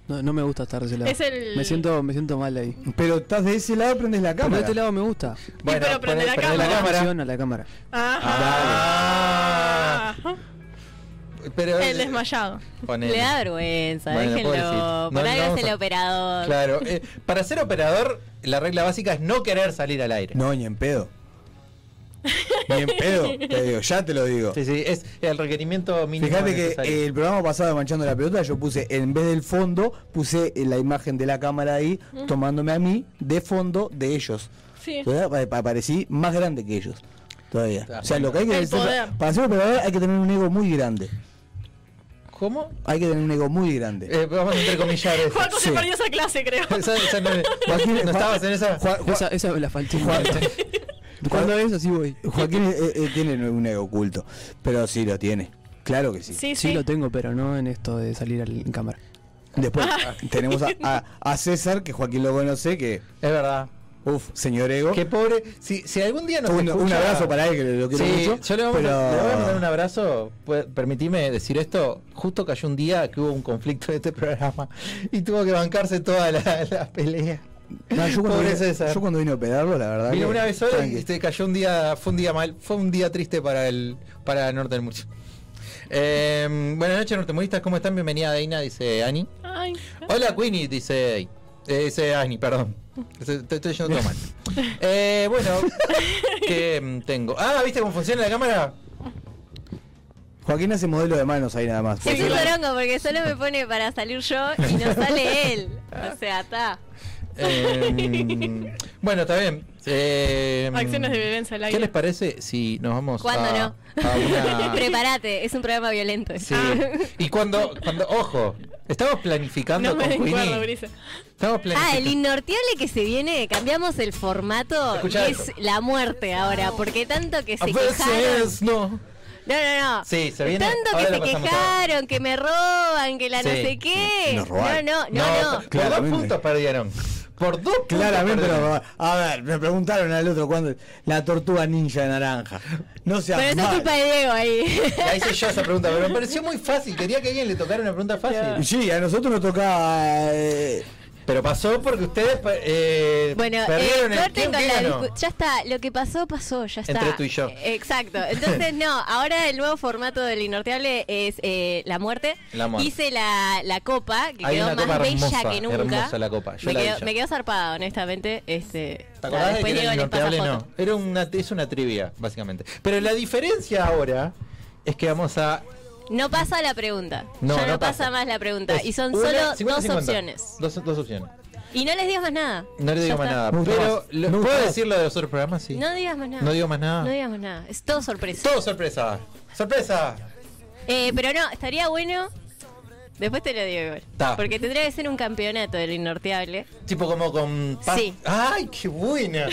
No, no me gusta estar de ese lado.
Es el-
Me siento, me siento mal ahí.
Pero estás de ese lado, prendes la
Pero de
cámara.
este lado me gusta.
pero
poné-
prende la
prende
No
cámara.
funciona la cámara.
Ajá.
Pero,
El desmayado.
Ponele.
Le da vergüenza,
Bueno, pobrecito.
déjenlo.
No,
Por
no
algo
vamos
es el
a-
operador.
Claro. eh, para ser operador, la regla básica es no querer salir al aire.
No, ni en pedo. Ni en pedo, te digo, ya te lo digo.
Sí, sí, es el requerimiento mínimo.
Fíjate que
necesario.
el programa pasado de Manchando la Pelota, yo puse, en vez del fondo, puse eh, la imagen de la cámara ahí, tomándome a mí, de fondo, de ellos.
Sí.
Todavía pa- pa- parecí más grande que ellos. Todavía.
Está
O sea, lo que hay que
El
hacer-
poder.
Para ser operador hay que tener un ego muy grande.
¿Cómo?
Hay que tener un ego muy grande.
Eh, vamos a entrecomillar eso.
Juaco se
Sí.
perdió esa clase, creo.
Esa- esa no,
Joaquín,
¿No
Joa-
estabas en esa?
Jua- Jua-
Esa, esa me la falté. Cuando es así voy.
Joaquín eh, eh, tiene un ego oculto, pero sí lo tiene. Claro que sí.
Sí, sí.
Sí lo tengo, pero no en esto de salir al- en cámara.
Ah.
Después tenemos a, a- a César, que Joaquín lo conoce, que
Es verdad.
Uf, señor Ego.
Qué pobre. Si, si algún día nos
Un, un
escucha-
abrazo para él, que lo quiero
Sí,
mucho.
yo le, vamos
pero-
a, le voy a mandar un abrazo. Pu- Permitime decir esto. Justo cayó un día que hubo un conflicto en este programa y tuvo que bancarse toda la, la pelea.
No, yo, cuando
Pobre
vine,
César.
yo cuando vine a operarlo, la verdad.
Vino
que-
una vez solo y
tranqui.
este, cayó un día, fue un día mal, fue un día triste para el para el norte del Murcia. Eh, buenas noches, nortemuristas, ¿cómo están? Bienvenida Deina, dice Ani.
Ay,
Hola Queenie, dice eh, dice Ani, perdón. Estoy, estoy yendo todo mal. Eh, bueno, ¿qué mm, tengo? Ah, ¿viste cómo funciona la cámara?
Joaquín hace modelo de manos ahí nada más.
Es un porongo porque solo me pone para salir yo y no sale él. O sea, está.
Eh, bueno, está bien. Eh,
Acciones de violencia al
¿Qué
aire.
les parece si nos vamos
¿Cuándo
a,
no?
a Ah, una-
Prepárate, es un programa violento. Ah.
Sí. Y cuando, cuando, ojo, estamos planificando
No me
con
descuerdo,
Queenie.
Brisa.
Estamos
Ah, el
planificando.
inorteable que se viene, cambiamos el formato
Escuchá
y
esto.
es la muerte ahora, porque tanto que
A
se quejaron.
veces no.
No, no, no.
Sí, se viene,
Tanto
ahora
que se
lo pasamos
quejaron, que me roban, que la no
Sí.
sé qué.
Nos
No,
robaron.
no, no, no.
Por
claramente.
dos puntos perdieron. Por dos puntos
Claramente,
perdieron.
pero a ver, me preguntaron al otro cuando la tortuga ninja de naranja. No se
Pero eso es culpa de Diego ahí.
La hice yo esa pregunta, pero me pareció muy fácil. Quería que alguien le tocara una pregunta fácil.
Sí, a nosotros nos tocaba. eh,
Pero pasó porque ustedes eh,
Bueno,
perdieron
eh,
el
corten
¿Quién-
con
quién
la
ganó?
discu- Ya está, lo que pasó, pasó, ya está.
Entre tú y yo.
Eh, Exacto. Entonces, no, ahora el nuevo formato del Inorteable es eh, la muerte.
La muerte.
Hice la, la copa, que
Hay
quedó
una
más
copa
bella
hermosa,
que nunca.
hermosa la copa, yo
Me,
la vi
quedo,
ya.
me quedo zarpada, honestamente. Este,
¿Te acordás de que
después
era
Diego les pasa
innorteable?
foto.
No, era una, es una trivia, básicamente. Pero la diferencia ahora es que vamos a
No pasa la pregunta.
No,
ya no,
no pasa.
pasa. más la pregunta.
Es
y son
una-
solo
50,
dos
50.
opciones.
Dos, dos opciones.
Y no les digas más nada.
No le
Ya
digo más
está.
nada.
Me gusta
Pero,
más.
lo-
Me gusta
¿puedo
más.
decirlo de los otros programas? Sí.
No digas más nada.
No digo más nada.
No digamos nada. Es todo sorpresa.
Todo sorpresa. ¡Sorpresa!
Eh, pero no, estaría bueno. Después te lo digo igual.
Ta.
Porque tendría que ser un campeonato del inorteable.
Tipo como con. pa-
Sí.
¡Ay, qué buena!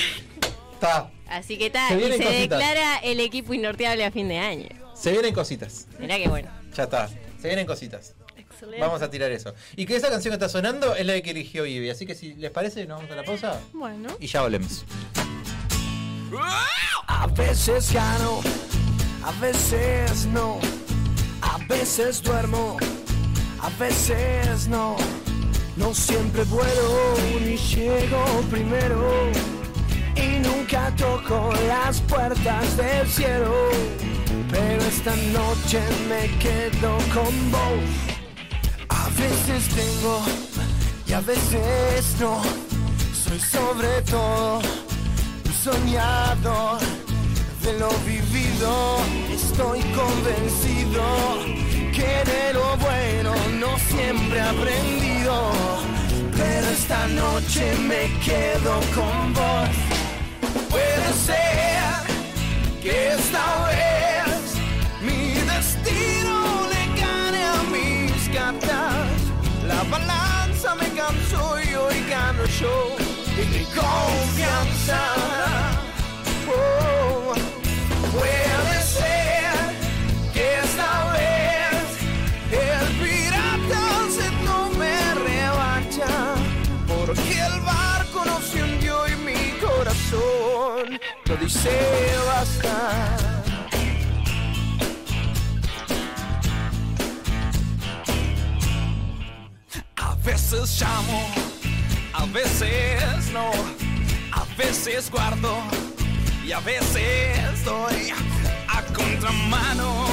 Está.
Así que tal,
Se
y se
vienen cositas.
declara el equipo inorteable a fin de año.
Se vienen cositas.
Mirá que bueno.
Ya está. Se vienen cositas.
Excelente.
Vamos a tirar eso. Y que esa canción que está sonando es la que eligió Vivi. Así que si les parece, nos vamos a la pausa
Bueno.
y ya volvemos.
A veces gano, a veces no, a veces duermo, a veces no. No siempre vuelo ni llego primero y nunca toco las puertas del cielo. Pero esta noche me quedo con vos. A veces tengo y a veces no. Soy sobre todo un soñador de lo vivido. Estoy convencido que de lo bueno no siempre he aprendido. Pero esta noche me quedo con vos. Puede ser que esta vez mi destino le gane a mis cartas. La balanza me cansó y hoy gano yo. Y mi confianza. Oh, puede ser que esta vez el pirata se tome revancha. Porque el barco no se hundió y mi corazón lo dice basta. A veces llamo, a veces no, a veces guardo y a veces doy a contramano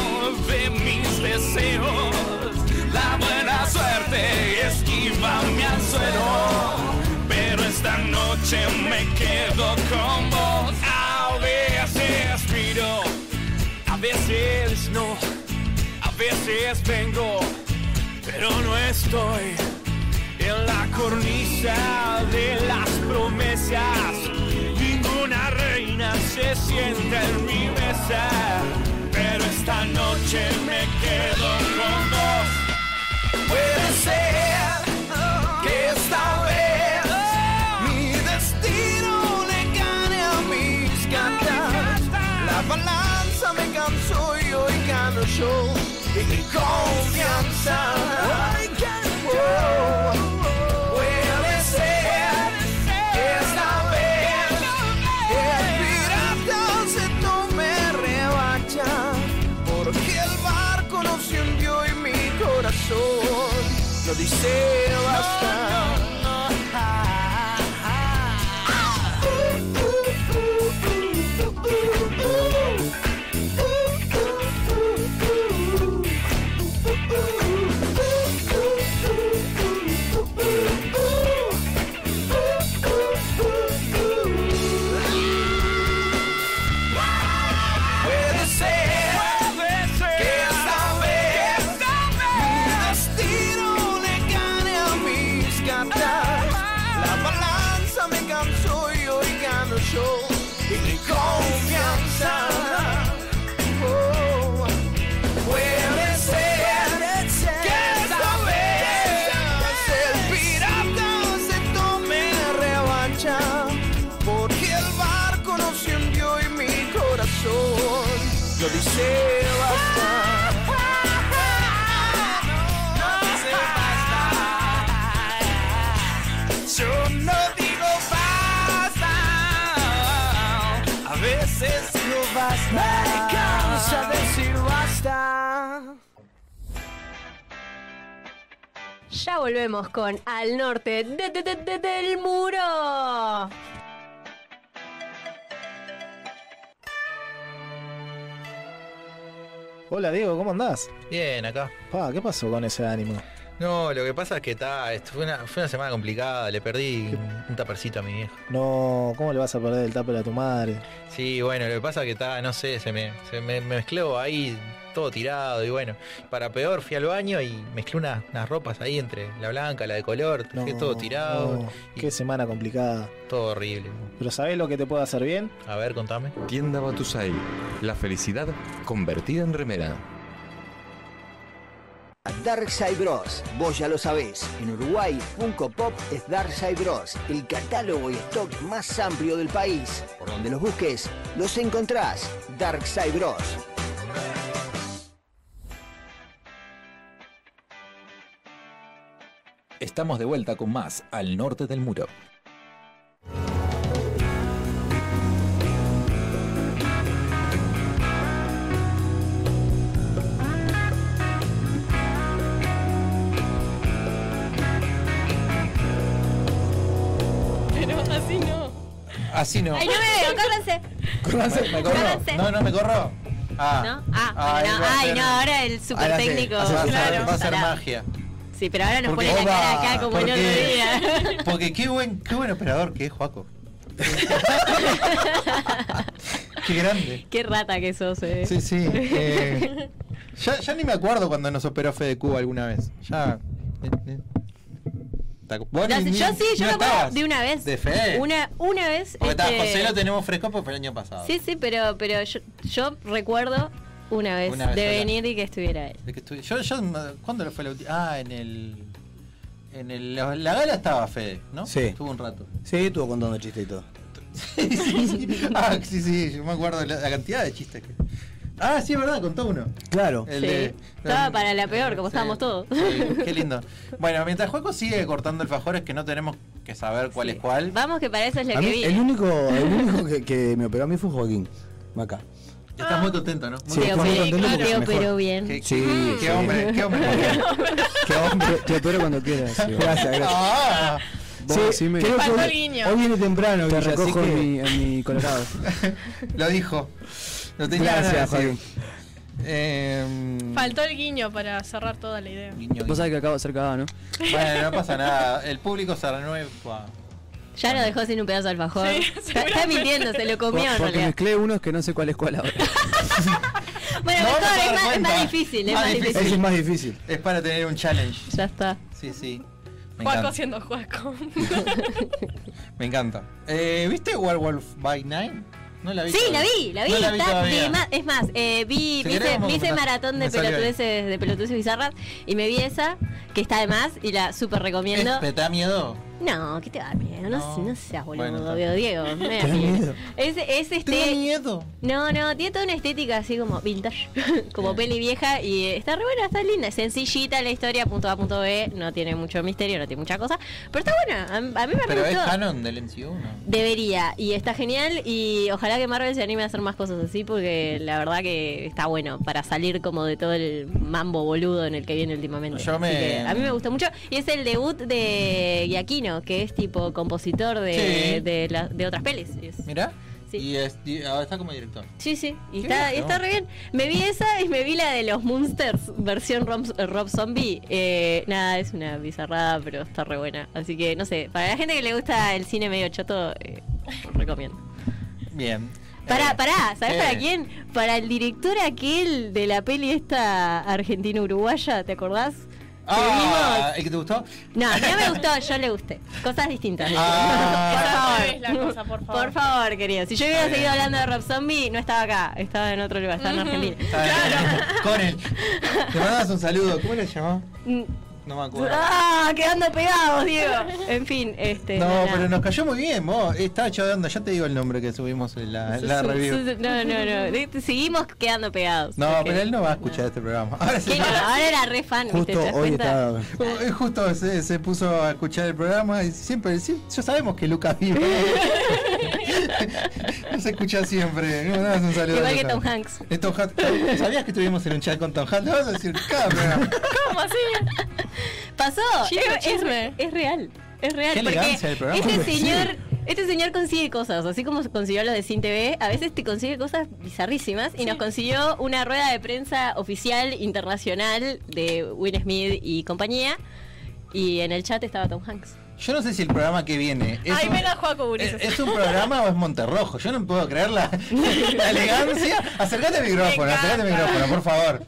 de mis deseos. La buena suerte esquivame al suelo, pero esta noche me quedo con vos. A veces miro, a veces no, a veces vengo pero no estoy en la cornisa de las promesas. Ninguna reina se sienta en mi mesa, pero esta noche me quedo con vos. Puede ser que esta vez mi destino le gane a mis cartas. La balanza me cansó y hoy gano yo. Y mi confianza. Oh, puede ser que esta vez odisea basta. Puede ser que esta vez mi destino le gane a mis cartas. La balanza me cansó y hoy gano yo. Y mi confianza. Oh. Puede ser que esta vez el pirata se tome revancha, porque el barco no se hundió y mi corazón yo dice basta. No dice basta. Yo no digo basta. A veces no basta. Me cansa decir basta.
Ya volvemos con Al Norte de- de- de- de- del
Ah.
Muro.
Hola Diego, ¿cómo andás?
Bien, acá.
Pa, ¿qué pasó con ese ánimo?
No, lo que pasa es que está, esto fue una, fue una semana complicada, le perdí un tapercito a mi viejo.
No, ¿cómo le vas a perder el tupper a tu madre?
Sí, bueno, lo que pasa es que está, no sé, se me, se me me mezcló ahí todo tirado y bueno, para peor fui al baño y mezclé unas, unas ropas ahí entre la blanca, la de color,
No,
dejé todo tirado,
no,
y-
qué semana complicada.
todo horrible.
Pero ¿sabés lo que te puede hacer bien?
A ver, contame.
Tienda Batusai. La felicidad convertida en remera.
Darkside Bros. Vos ya lo sabés. En Uruguay, Funko Pop es Darkside Bros. El catálogo y stock más amplio del país. Por donde los busques, los encontrás. Darkside Bros.
Estamos de vuelta con más al norte del muro.
Pero así no.
Así no.
Ay, no me veo, córranse.
Córranse, me
Córranse.
No, no me corro. Ah,
¿No? Ah,
Ahí
bueno,
va a
ay,
ser-
no, ahora el super
ahora sí,
técnico.
Va a ser,
claro.
va a ser
Pará.
magia.
Sí, pero ahora nos
Porque-
pone la cara
Oba,
acá como el otro
porque-
día.
Porque qué buen, qué buen operador que es Juaco. qué grande.
Qué rata que sos, eh.
Sí, sí. eh, ya, ya ni me acuerdo cuando nos operó Fede Cuba alguna vez. Ya. eh, eh. Ta- vos
No,
ni-
yo
ni-
sí,
ni
yo me acuerdo
estabas.
de una vez.
De Fede.
Una, una vez.
Porque está,
este,
José lo tenemos fresco porque fue el año pasado.
Sí, sí, pero, pero yo, yo recuerdo una vez,
Una vez
de
sola.
venir y que estuviera él.
De que estuve- yo, yo, ¿Cuándo fue la última? Ah, en el. En el, la, la gala estaba Fede, ¿no?
Sí.
Estuvo un rato.
Sí, estuvo contando chistes y todo.
Sí, sí. Ah, sí, sí, yo me acuerdo la, la cantidad de chistes que. Ah, sí, es verdad, contó uno.
Claro.
El
Sí. Estaba para la peor, como estábamos todos.
sí, qué lindo. Bueno, mientras Juaco sigue cortando alfajores que no tenemos que saber cuál es cuál.
Vamos que para eso es la
A
que
mí,
vi.
el único, el único que, que me operó a mí fue Joaquín. Acá.
Estás muy contento, ¿no? Muy
Sí,
Te
contento.
fue muy
operé-
contento porque
te
es mejor.
operó Ah. bien.
Sí,
Qué- qué-
sí.
Qué hombre, qué hombre.
Que aún te, te opero cuando quieras. sí. Gracias, gracias.
Ah,
Vos decime-
creo que
Faltó
hoy-
el guiño.
Hoy viene temprano,
Te
Guille, así
recojo
que-
en, mi, en mi colorado.
lo dijo. Lo tenía
Gracias,
ganas de decir.
Joaquín.
Eh,
Faltó el guiño para cerrar toda la idea.
guiño,
Vos
guiño.
sabés que acabo de ser cagado, ¿no?
Bueno, no pasa nada. El público se renueva.
Ya lo dejó sin un pedazo de alfajor.
Sí,
está, está mintiendo, se lo comió en
Por- Porque
realidad.
mezclé unos que no sé cuál es cuál ahora.
Bueno,
No,
mejor,
no se va a
es,
dar
más, es
cuenta.
más difícil,
Más
es más
difícil.
difícil.
Ese es más difícil.
Es para tener un challenge.
Ya está.
Sí, sí. Me
Juaco
encanta.
haciendo Juaco.
Me encanta. Eh, ¿Viste Werewolf by Night? No la vi.
Sí, la
todavía.
vi, la vi.
No la vi
está
todavía.
de más- es más, eh, vi,
Si
me
querés,
hice,
vamos
me
a
hice
comentar.
maratón
Me
de
salió ahí.
pelotudeces, de pelotudeces bizarras y me vi esa, que está de más, y la súper recomiendo.
¿Es- ¿Te da miedo?
No, ¿qué te va a dar miedo? No,
No.
no seas boludo,
Bueno, está
Diego, Diego. no me da
¿Te da
miedo.
miedo?
Es, es
Tengo
este.
miedo.
No, no, tiene toda una estética así como vintage, como peli vieja y eh, está re buena, está linda, es sencillita la historia, punto A, punto B, no tiene mucho misterio, no tiene mucha cosa, pero está buena, a, a mí me re
Pero es
gustó.
canon del MCU, ¿no?
Debería, y está genial, y ojalá que Marvel se anime a hacer más cosas así, porque la verdad que está bueno para salir como de todo el mambo boludo en el que viene últimamente.
Yo
Así
me-
que a mí me gustó mucho, y es el debut de Giaquino, que es tipo compositor de,
Sí.
de, la- de otras pelis. Es-
Mirá.
Sí.
Y, es- y
ah,
ahora está como director.
Sí, sí, y
Qué
está,
bueno.
y está re bien. Me vi esa y me vi la de los Monsters, versión Rob, Rob Zombie. Eh, nada, es una bizarrada, pero está re buena. Así que, no sé, para la gente que le gusta el cine medio choto, eh, recomiendo.
Bien.
Pará,
Eh,
pará, ¿sabes
eh,
para quién? Para el director aquel de la peli esta argentina-uruguaya, ¿te acordás?
Ah, ¿el que te gustó?
No, a mí no me gustó, yo le gusté. Cosas distintas.
Ah.
Esa no es la cosa, por favor.
Por favor, querido. Si yo hubiera
Está bien.
seguido hablando de Rob Zombie, no estaba acá. Estaba en otro lugar, estaba en
Ujú.
Argentina.
Está bien. Con él.
Te mandas un saludo. ¿Cómo le llamó?
Mm,
No me acuerdo.
¡Ah! Quedando pegados, Diego. En fin, este.
No,
nada.
pero nos cayó muy bien, vos. Estaba chavando, ya te digo el nombre que subimos en la,
Su-
la
su-
review.
su- No, no, no. De- Seguimos quedando pegados.
No,
Ok.
pero él no va a escuchar este programa. Ahora sí.
¿Qué no? Ahora era re fan, ¿viste?
Justo
¿Te das
hoy estaba.
cuenta?
Eh, Justo se, se puso a escuchar el programa y siempre, sí, ya sabemos que Lucas vive. Nos escucha siempre. No, no, es un saludo.
Igual
a
que
Lucas.
Tom Hanks.
Eh, Tom Hanks. ¿Sabías que estuvimos en un chat con Tom Hanks? Le vas a decir, cada programa.
¿Cómo así?
Pasó.
Chisme,
es, es-
chisme.
es real. Es real.
Qué elegancia del
porque
programa.
este
Sí.
señor. Este señor consigue cosas, así como consiguió lo de Cine TV, a veces te consigue cosas bizarrísimas y nos consiguió una rueda de prensa oficial internacional de Will Smith y compañía y en el chat estaba Tom Hanks.
Yo no sé si el programa que viene es,
Ay,
un,
me la juego,
es-
Ulises.
es un programa o es Monterrojo. Yo no puedo creer la, la elegancia. Acercate al micrófono,
Me
acercate al
encanta.
micrófono, por favor.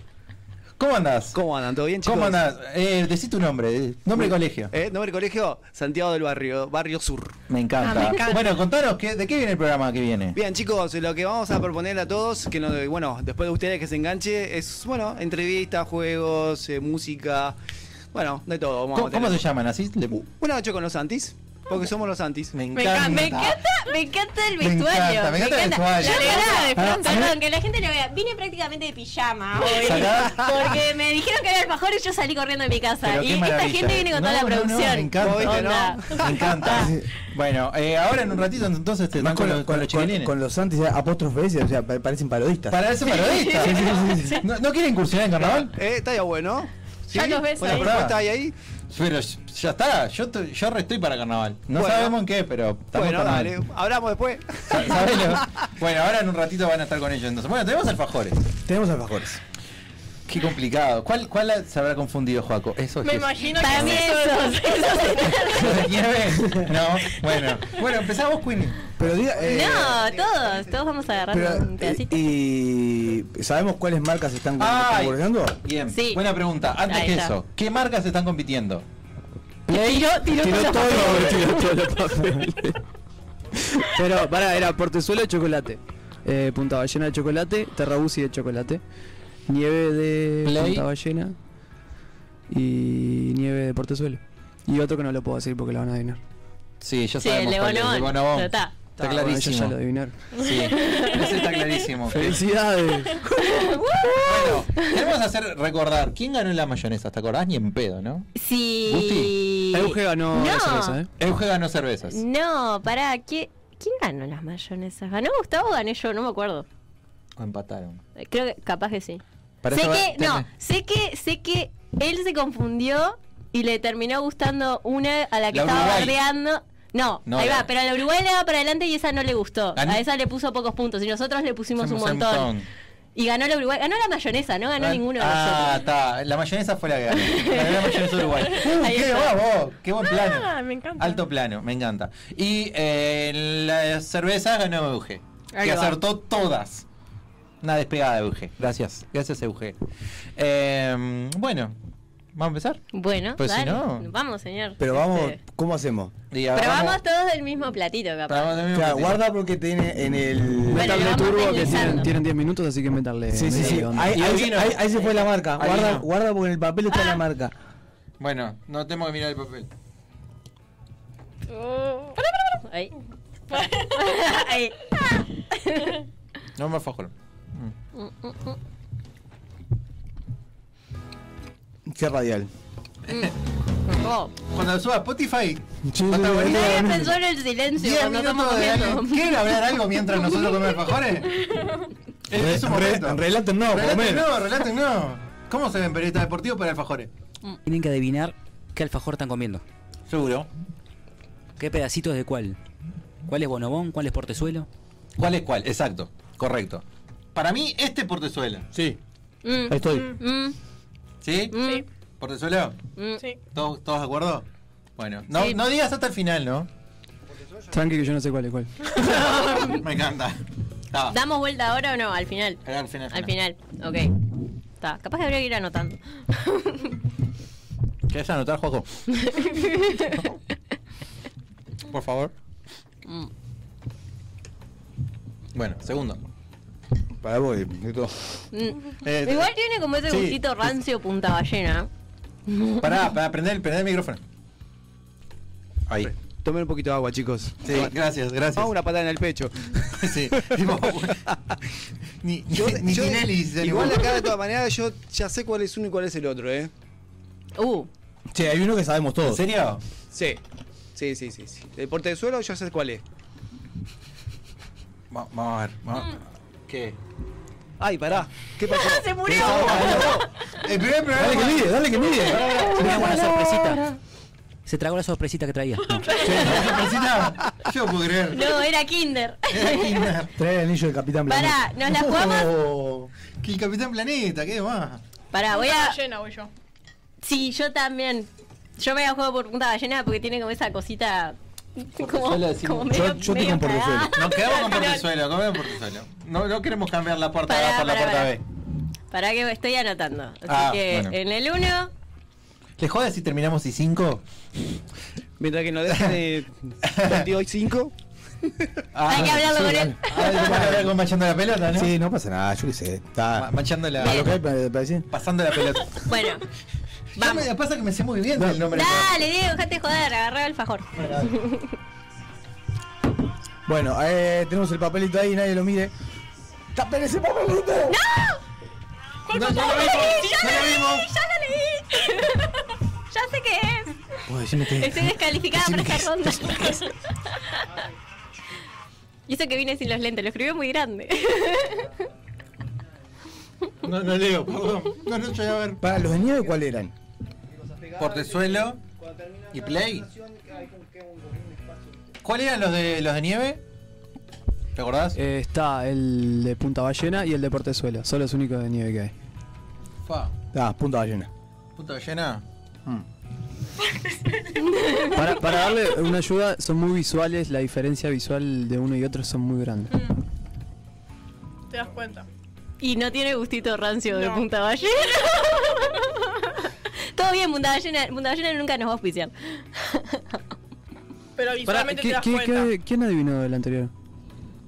¿Cómo andás?
¿Cómo andan? ¿Todo bien, chicos?
¿Cómo andás? Eh, decí tu nombre, eh, nombre y colegio.
¿Eh? ¿Nombre de colegio? Santiago del Barrio, Barrio Sur.
Me
Ah,
encanta. Bueno, contanos, qué- ¿de qué viene el programa que viene?
Bien, chicos, lo que vamos a proponer a todos, que no, bueno, después de ustedes que se enganche, es, bueno, entrevistas, juegos, eh, música, bueno, de todo. Vamos
¿Cómo,
a
cómo
tener.
se llaman? ¿Así? Le-
Una noche con los Antis, porque somos los Antis.
Me encanta.
Me encanta, me encanta el
Me
vestuario.
encanta, me encanta el vestuario.
Yo,
La
pará,
elegante de Francia.
perdón, que la gente lo vea. Vine prácticamente de pijama hoy.
Sacá.
Porque me dijeron que había alfajores y yo salí corriendo de mi casa.
Pero
y
qué
esta
maravilla.
gente viene con toda
No,
la
no, no,
producción.
me encanta.
¿Viste, no?
Onda.
Me encanta. Bueno, eh, ahora en un ratito entonces te dan con, los- con los chiquilines.
con los antes, apóstrofes, o sea, pa- parecen parodistas.
Para eso parodista. ¿No, no quiere incursionar en carnaval?
Eh, está ya bueno.
Ya los ves
Buena
ahí.
propuesta hay ahí.
Pero ya está, yo, te- yo re estoy para carnaval. No
Bueno.
sabemos en qué, pero estamos
Bueno,
carnaval.
dale, hablamos después.
Sa- sabelo. Bueno, ahora en un ratito van a estar con ellos entonces. Bueno, tenemos alfajores.
Tenemos alfajores.
Qué complicado. ¿Cuál, cuál la- se habrá confundido, Joaco? Eso es.
Me imagino
Para mí
que es eso.
esos, esos-
¿De nieve? No, bueno. Bueno, empezamos, Queenie.
Pero diga. eh,
No, todos, todos vamos a agarrar
pero, eh,
eh,
un pedacito.
y, y- ¿Sabemos cuáles marcas están,
Ay.
están volviendo?
Bien,
Sí.
buena pregunta. Antes
Ahí
que
está.
eso, ¿qué marcas están compitiendo?
Tiró- tiró todos los papeles.
Tiró todos los papeles. Pero, pará, era portezuelo de chocolate. Eh, punta ballena de chocolate, terrabusi de chocolate. Nieve de
Play.
punta ballena. Y nieve de portezuelo. Y otro que no lo puedo decir porque lo van a adivinar.
Sí, ya
Sí,
sabemos.
el de
cuál es,
Bonobón.
Bonobón.
Pero está.
Está
Ah, bueno, ellos
clarísimo.
ya lo adivinaron.
Sí, ese está clarísimo.
¡Felicidades!
Bueno, tenemos que hacer recordar. ¿Quién ganó la mayonesa? ¿Te acordás? Ni en pedo, ¿no?
Sí.
Euge ganó la
No.
cerveza, ¿eh?
Euge ganó cervezas.
Mm. No, pará, ¿qué- ¿quién ganó las mayonesas? ¿Ganó Gustavo o gané yo? No me acuerdo.
O empataron.
Eh, Creo que capaz que sí.
Para
sé
eso va-
que, no,
tenés-
sé que, sé que él se confundió y le terminó gustando una a la que
La
estaba
Uruguay.
bardeando. No,
No,
ahí
la-
va, pero a la Uruguay le va para adelante y esa no le gustó.
Ganó-
A esa le puso pocos puntos y nosotros le pusimos un
Somos
montón. Y ganó la Uruguay, ganó la mayonesa, no ganó
Ah,
ninguno de
Ah,
nosotros.
está. La mayonesa fue la que ganó. Ganó La mayonesa Uruguay. Uh,
Ahí
qué
está.
guapo. Qué buen plano.
Ah, me encanta.
Alto plano, me encanta. Y eh, la cerveza ganó Euge.
Ahí
que
va.
acertó todas. Una despegada de Euge. Gracias. Gracias, Euge. Eh, bueno, ¿vamos a empezar?
Bueno,
Pues si
dale.
no-
Vamos, señor.
Pero vamos,
Este,
¿cómo hacemos?
Diga,
Probamos todos del mismo platito, capaz.
probamos también
O
un
sea,
poquito.
guarda porque tiene en el.
Bueno,
Meterle
lo vamos
turbo que
deslizando.
tienen, tienen 10 minutos, así que meterle.
Sí, sí, sí.
meterle onda.
Ahí,
Y
ahí-
adivino.
ahí- ahí se fue la marca. Guarda,
Adivino.
guarda porque en el papel está la marca.
Bueno, no tengo que mirar el papel.
Oh.
Ahí. Ahí.
No me fajo.
Qué radial.
Oh.
Cuando suba a Spotify,
Nadie pensó en el silencio
10
cuando estamos
minutos de
comiendo.
Ale- ¿Quieren hablar algo mientras nosotros comemos alfajores? Es, es un momento.
Relaten no, por lo
Relaten
menos.
no, relaten no. ¿Cómo se ven periodistas deportivos para alfajores?
Tienen que adivinar qué alfajor están comiendo.
Seguro.
¿Qué pedacitos de cuál? ¿Cuál es bonobón? ¿Cuál es portezuelo?
¿Cuál es cuál? Exacto. Correcto. Para mí, este es portezuela.
Sí.
Mm,
Ahí estoy.
mm,
¿Sí?
mm,
¿Portezuela?
mm.
Sí.
¿Todos, todos de acuerdo? Bueno, no,
Sí.
no digas hasta el final, ¿no?
Tranqui que yo no sé cuál es cuál.
Me encanta. Ah,
¿Damos vuelta ahora o no? Al final.
era al final.
Al final. Ok. Está. Capaz que habría que ir anotando.
¿Querés anotar, Juanjo? Por favor.
Mm.
Bueno, segundo.
Para vos, grito.
Mm.
Eh,
Igual tiene como ese
sí.
gustito rancio punta ballena.
Pará, para prender, prender el micrófono.
Ahí.
Tomen un poquito de agua, chicos.
Sí, gracias, gracias.
Ah, una patada en el pecho.
Sí, tipo, ni
Yo-
ni, ni
yo-
Tinelli se
Igual
animó.
acá de todas maneras yo ya sé cuál es uno y cuál es el otro, ¿eh?
Uh.
Che, hay uno que sabemos
¿En
todos.
serio?
Sí. Sí, sí, sí. sí. El porte de suelo ya sé cuál es.
Va- vamos a ver. vamos- ¿Qué?
Ay, pará. ¿Qué pasó?
¡Se murió!
El primer programa.
Dale que mide, dale que mide.
Una buena sorpresita. Se tragó la sorpresita que traía. No.
Sorpresita. Yo no puedo creer.
No, era Kinder.
Trae el anillo del Capitán Blanco.
Pará, nos la jugamos.
Oh, que el Capitán Planeta, ¿qué más?
Pará, voy
Punta
a.
ballena voy yo.
Sí, yo también. Yo me la juego por punta ballena porque tiene como esa cosita. Como, como medio,
Yo- yo
medio
tengo un portezuelo.
cagada.
Nos quedamos con
Al final.
Portezuelo, comemos Portezuelo. No, no queremos cambiar la puerta
Pará,
A por la
pará,
puerta
pará.
B.
Pará que estoy anotando. Así
Ah,
que
bueno.
en el 1.
¿Les jodas si terminamos y 5?
Mientras que nos dejan de 22.5.
Ah, Hay que hablarlo con él.
A ver, ¿cómo hablar con manchando la pelota, no?
Sí, no pasa nada, yo qué sé.
Ma-
Está.
Manchando la.
A lo que hay para para decir.
Pasando la pelota.
Bueno.
Ya
Vamos.
me pasa que me sé muy bien el nombre.
Dale, Diego, dejate joder, agarra el fajor.
Bueno, eh, tenemos el papelito ahí, nadie lo mire. ¡Tapen ese papelito!
No, ya lo vimos, ya lo vimos.
¡Ya la leí! ¡Ya sé qué es! Estoy descalificada para esta ronda. Y eso que vine sin los lentes, lo escribió muy grande.
No, no leo, perdón. No, no llegué a ver.
Para los de nieve, ¿cuál eran?
Portezuelo y Play. ¿Cuáles eran los de los de nieve? ¿Te acordás?
Eh, está el de Punta Ballena y el de Portezuelo. Son los únicos de nieve que hay.
Fa,
Ah, punta ballena.
puta ballena.
Para, para darle una ayuda, son muy visuales. La diferencia visual de uno y otro son muy grandes.
Mm, Te das cuenta.
Y no tiene gustito rancio de
No.
punta ballena. Todo bien, punta ballena. Punta ballena nunca nos va a auspiciar.
Pero
Pará,
visualmente
¿qué-
te das
qué-
cuenta.
qué- ¿Quién adivinó el anterior?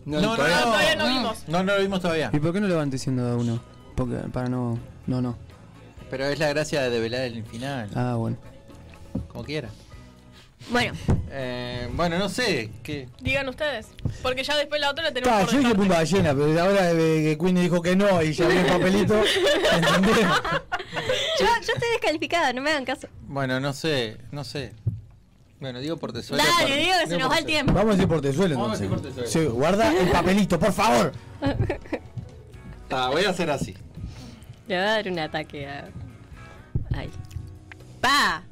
No, no,
No, todavía no vimos.
No, no lo vimos todavía.
¿Y por qué no lo van diciendo de a uno? Porque, para no. No, no.
Pero es la gracia de develar el final,
Ah, bueno.
como quiera.
Bueno,
Eh, bueno, no sé. ¿qué?
Digan ustedes. Porque ya después la otra la tenemos
Ta,
por
Ah, yo dije
descarte.
punta ballena, pero ahora eh, que Queen dijo que no y ya vi el papelito. ¿Entendés?
yo, yo estoy descalificada, no me hagan caso.
Bueno, no sé, no sé. Bueno, digo por tesuelo.
Dale, Diego, que se nos va el tiempo.
Vamos a decir portezuelo
Vamos a
entonces.
decir
Sí,
portezuelo.
guarda el papelito, por favor.
Ta, Ah, voy a hacer así.
Le va a dar un ataque a. Ay. ¡Pa!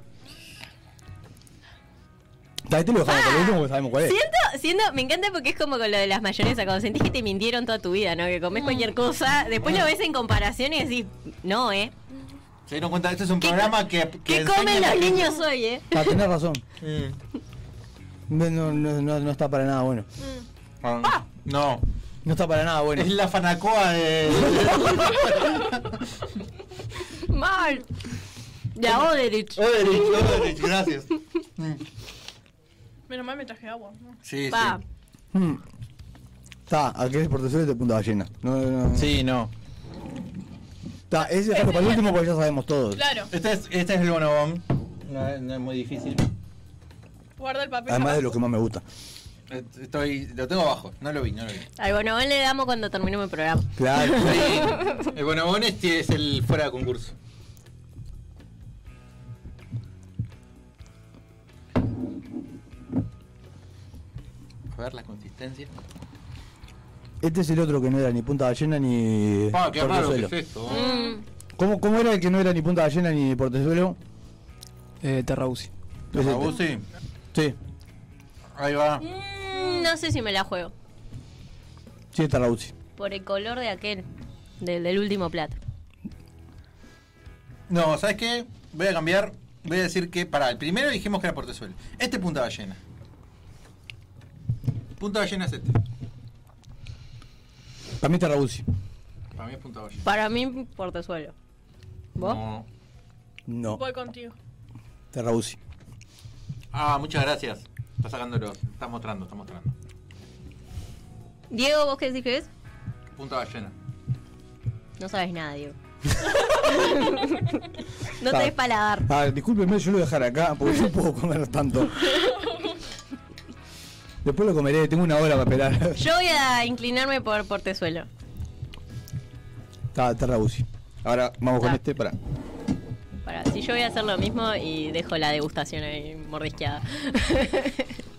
Ta, Este lo dejamos
Ah.
por último porque sabemos cuál es.
Siento, siento, me encanta porque es como con lo de las mayonesas, cuando sentís que te mintieron toda tu vida, ¿no? Que comes cualquier cosa, después lo ves en comparación y decís, no, ¿eh?
Se dieron cuenta, este es un
¿Qué
programa que. que
¿Qué
enseña
comen
la-
los niños hoy, eh?
Ta, Ah, tenés razón.
Mm.
No, no, no, no- no está para nada bueno.
Ah, No,
No está para nada bueno.
es la fanacoa de.
Mal. La Oderich.
Oderich, Oderich, gracias.
Menos mal me traje agua. ¿no?
Sí,
Pa.
sí.
Hmm. Está, aquel es portezuelo de punta ballena. No, no, no.
Sí, no.
Ta, ese fue para el último porque ya sabemos todos.
Claro.
Este es, este es el bonobón. No, es- no es muy difícil.
Guarda el papel.
Además de lo que más me gusta.
Estoy, lo tengo abajo, no lo vi, no lo vi.
Al Bonobón le damos cuando terminemos el programa.
Claro.
Sí. El bonobón este es el fuera de concurso. A ver la consistencia.
Este es el otro que no era ni punta ballena ni.
Ah, qué raro que
portezuelo.
es este. esto. ¿eh?
¿Cómo, cómo era el que no era ni punta ballena ni portezuelo?
Eh, Terrausi.
Terrausi.
Sí,
Ahí va.
Mm, no sé si me la juego.
sí, es Terrausi.
Por el color de aquel. Del, del último plato.
No, ¿sabes qué? Voy a cambiar. Voy a decir que, para el primero dijimos que era portezuelo. Este es punta ballena. Punta ballena es este.
Para mí es Terrausi.
Para mí es punta ballena.
Para mí, portezuelo. ¿Vos?
No.
No,
Voy contigo.
Terrausi.
Ah, muchas gracias. Está sacándolo. Está mostrando, está mostrando.
Diego, ¿vos qué decís que es?
Punta ballena.
No sabes nada, Diego. no
Pa-
te des paladar.
Ah, discúlpeme, yo lo voy a dejar acá porque no puedo comer tanto. Después lo comeré, tengo una hora para esperar.
Yo voy a inclinarme por portezuelo.
Está está Rabusi. Ahora vamos
Ah.
con este para.
Para, si yo voy a hacer lo mismo y dejo la degustación ahí mordisqueada.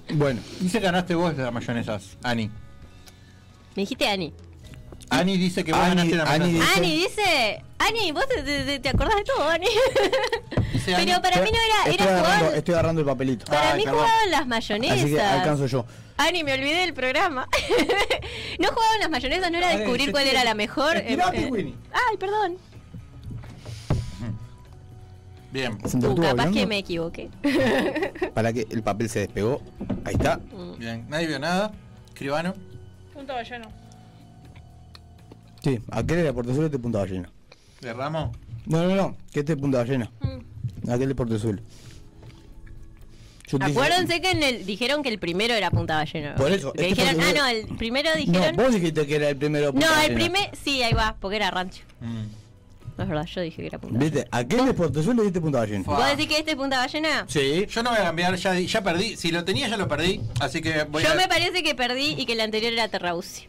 Bueno.
Dice que ganaste vos las mayonesas, Ani.
Me dijiste Ani.
Ani dice que vos
Ani-
ganaste la
Ani
mayonesa.
Ani dice. Ani, vos te, te- te acordás de todo, Ani. Pero para mí no era.
estoy,
era
agarrando,
jugar,
estoy agarrando el papelito.
Ah,
para mí jugaban las mayonesas.
Así que alcanzo yo.
Ani, me olvidé del programa. no jugaban las mayonesas, no era
Dale,
descubrir
te-
cuál era la mejor.
estirate,
eh,
Winnie.
Ay, perdón.
Bien.
Uh, capaz que me equivoqué.
Para que el papel se despegó. Ahí está.
Bien, nadie vio nada. Escribano.
Punta ballena.
Sí, aquel era portezuelo, este punta ballena.
De Ramo.
No, no, no, que este es punta ballena. Aquel es portezuelo. Yo te dije-
Acuérdense que en el, dijeron que el primero era punta ballena.
Por eso,
Que
este
dijeron, ah,
portezuelo-
no, el primero
No,
dijeron.
vos dijiste que era el primero.
No,
punta
el
ballena.
primer. Sí, ahí va, porque era rancho.
Mm.
No es verdad, yo dije que era punta ballena.
Viste, aquel es portezuelo y este es punta ballena.
¿Vos decís que este es punta ballena?
Sí. Yo no voy a cambiar, ya, di- ya perdí. Si lo tenía, ya lo perdí. Así que voy
yo
a.
me parece que perdí y que el anterior era Terrausi.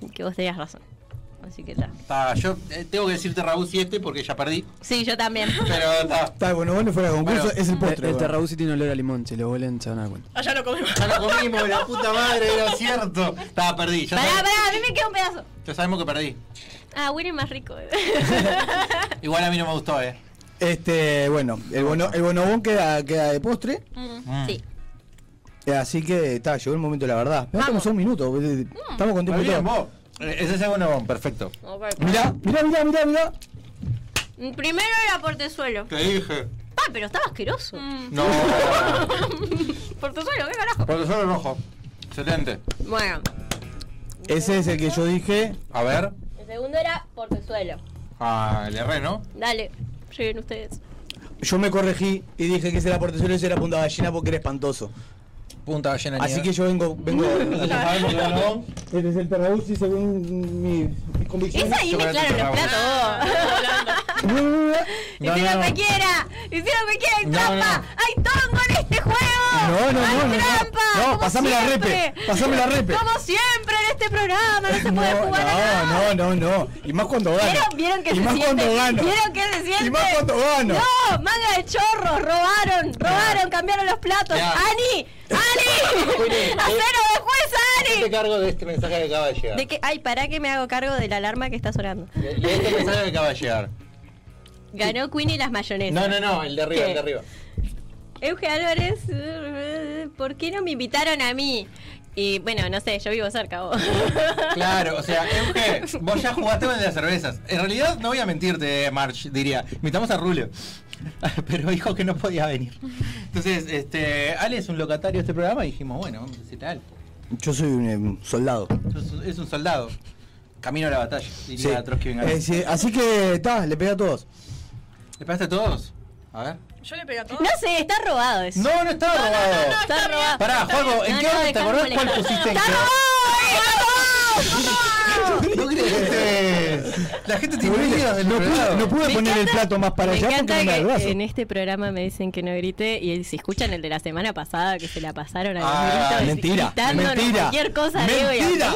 Y Que vos tenías razón. Así que está.
Ta, yo eh, tengo que decirte Raúl 7 porque ya perdí.
Sí, yo también.
Pero está.
Está bueno, bueno, fuera de concurso,
Bueno.
es el
El,
postre.
Eh, el
bueno.
Terrausi tiene olor a limón, si lo vuelen se van a dar cuenta.
Allá lo comimos.
Ya lo comimos, la puta madre, era cierto. Está, perdí. Ya,
Pará,
sabe-
pará, a mí me queda un pedazo.
ya sabemos que perdí.
Ah, Winnie es más rico.
Igual a mí no me gustó, eh.
Este, bueno, el, bono, el bonobón queda, queda de postre.
Mm. sí.
eh, Así que está, llegó el momento de la verdad. Mirá, estamos a un minuto, eh,
Mm.
estamos
Muy
contentos.
bien, vos. Eh, Ese es el bonobón, perfecto.
Mirá, mirá, mirá, mirá, mirá.
Mm, Primero era portezuelo.
Te dije.
Pa, pero estaba asqueroso.
No,
Portezuelo, qué carajo.
porque solo rojo. Excelente.
Bueno,
Ese es el que yo dije.
A ver.
el segundo era portezuelo.
Ah, el R, ¿no?
Dale, lleguen ustedes.
Yo me corregí y dije que ese era portezuelo y ese era punta gallina porque era espantoso.
Punta ballena.
Así que yo vengo. vengo Este es el Terrausi según mi, mi convicción.
Esa ahí mezclaron los platos vos. Hicieron cualquiera, hicieron cualquiera, hay
No,
trampa,
no.
hay tongo en este juego.
No, no,
hay
no, no, no.
trampa.
No,
como
pasame la repe,
siempre.
pasame la repe.
Como siempre en este programa, no se puede
No,
jugar a nada.
no, no, no. Y más cuando gano.
¿Vieron, vieron que
y
se
más
siente?
cuando gano.
¿Vieron que se siente?
Y más cuando gano.
No, manga de chorros, robaron, robaron, cambiaron los platos.
Ya.
¡Ani!
Juli,
¡Ani!
eh,
¡Acero de jueza,
te
Ani!
cargo de este mensaje que acaba de llegar.
De que, ay, pará que me hago cargo de la alarma que está sonando.
De- de este mensaje que acaba de llegar.
Ganó Queenie las mayonesas.
No, no, no, el de arriba, el de arriba.
Euge Álvarez, ¿por qué no me invitaron a mí? Y bueno, no sé, yo vivo cerca vos.
Claro, o sea, Euge, vos ya jugaste con el de las cervezas. En realidad, no voy a mentirte, eh, March, diría. Invitamos a Rulo. Pero dijo que no podía venir. Entonces, este, Ale es un locatario de este programa y dijimos, bueno, vamos a decirle a Ale.
Yo soy un em, soldado.
Es un, es un soldado. Camino a la batalla, diría
Sí.
Trotsky Vengador.
Eh, sí, así que, está, le pegué a todos.
¿Le pegaste a todos? A ver.
Yo le pegué a todo.
No sé, está robado eso.
No, no estaba robado.
está robado.
Pará, Juego, ¿en
No,
qué
no,
orden te
dejá de
acordás cuál
molestar.
pusiste en
¡Está
qué?
robado! ¡Está robado!
No grites. La gente
tiene ideas del No pude- programa. no pude
Me
poner el plato más para
me
allá porque
encanta
no me
que
abrazo.
en este programa me dicen que no grite y si escuchan el de la semana pasada que se la pasaron a los
Ah,
gritos
mentira,
gritándonos
mentira,
cualquier cosa a Diego y a
mentira.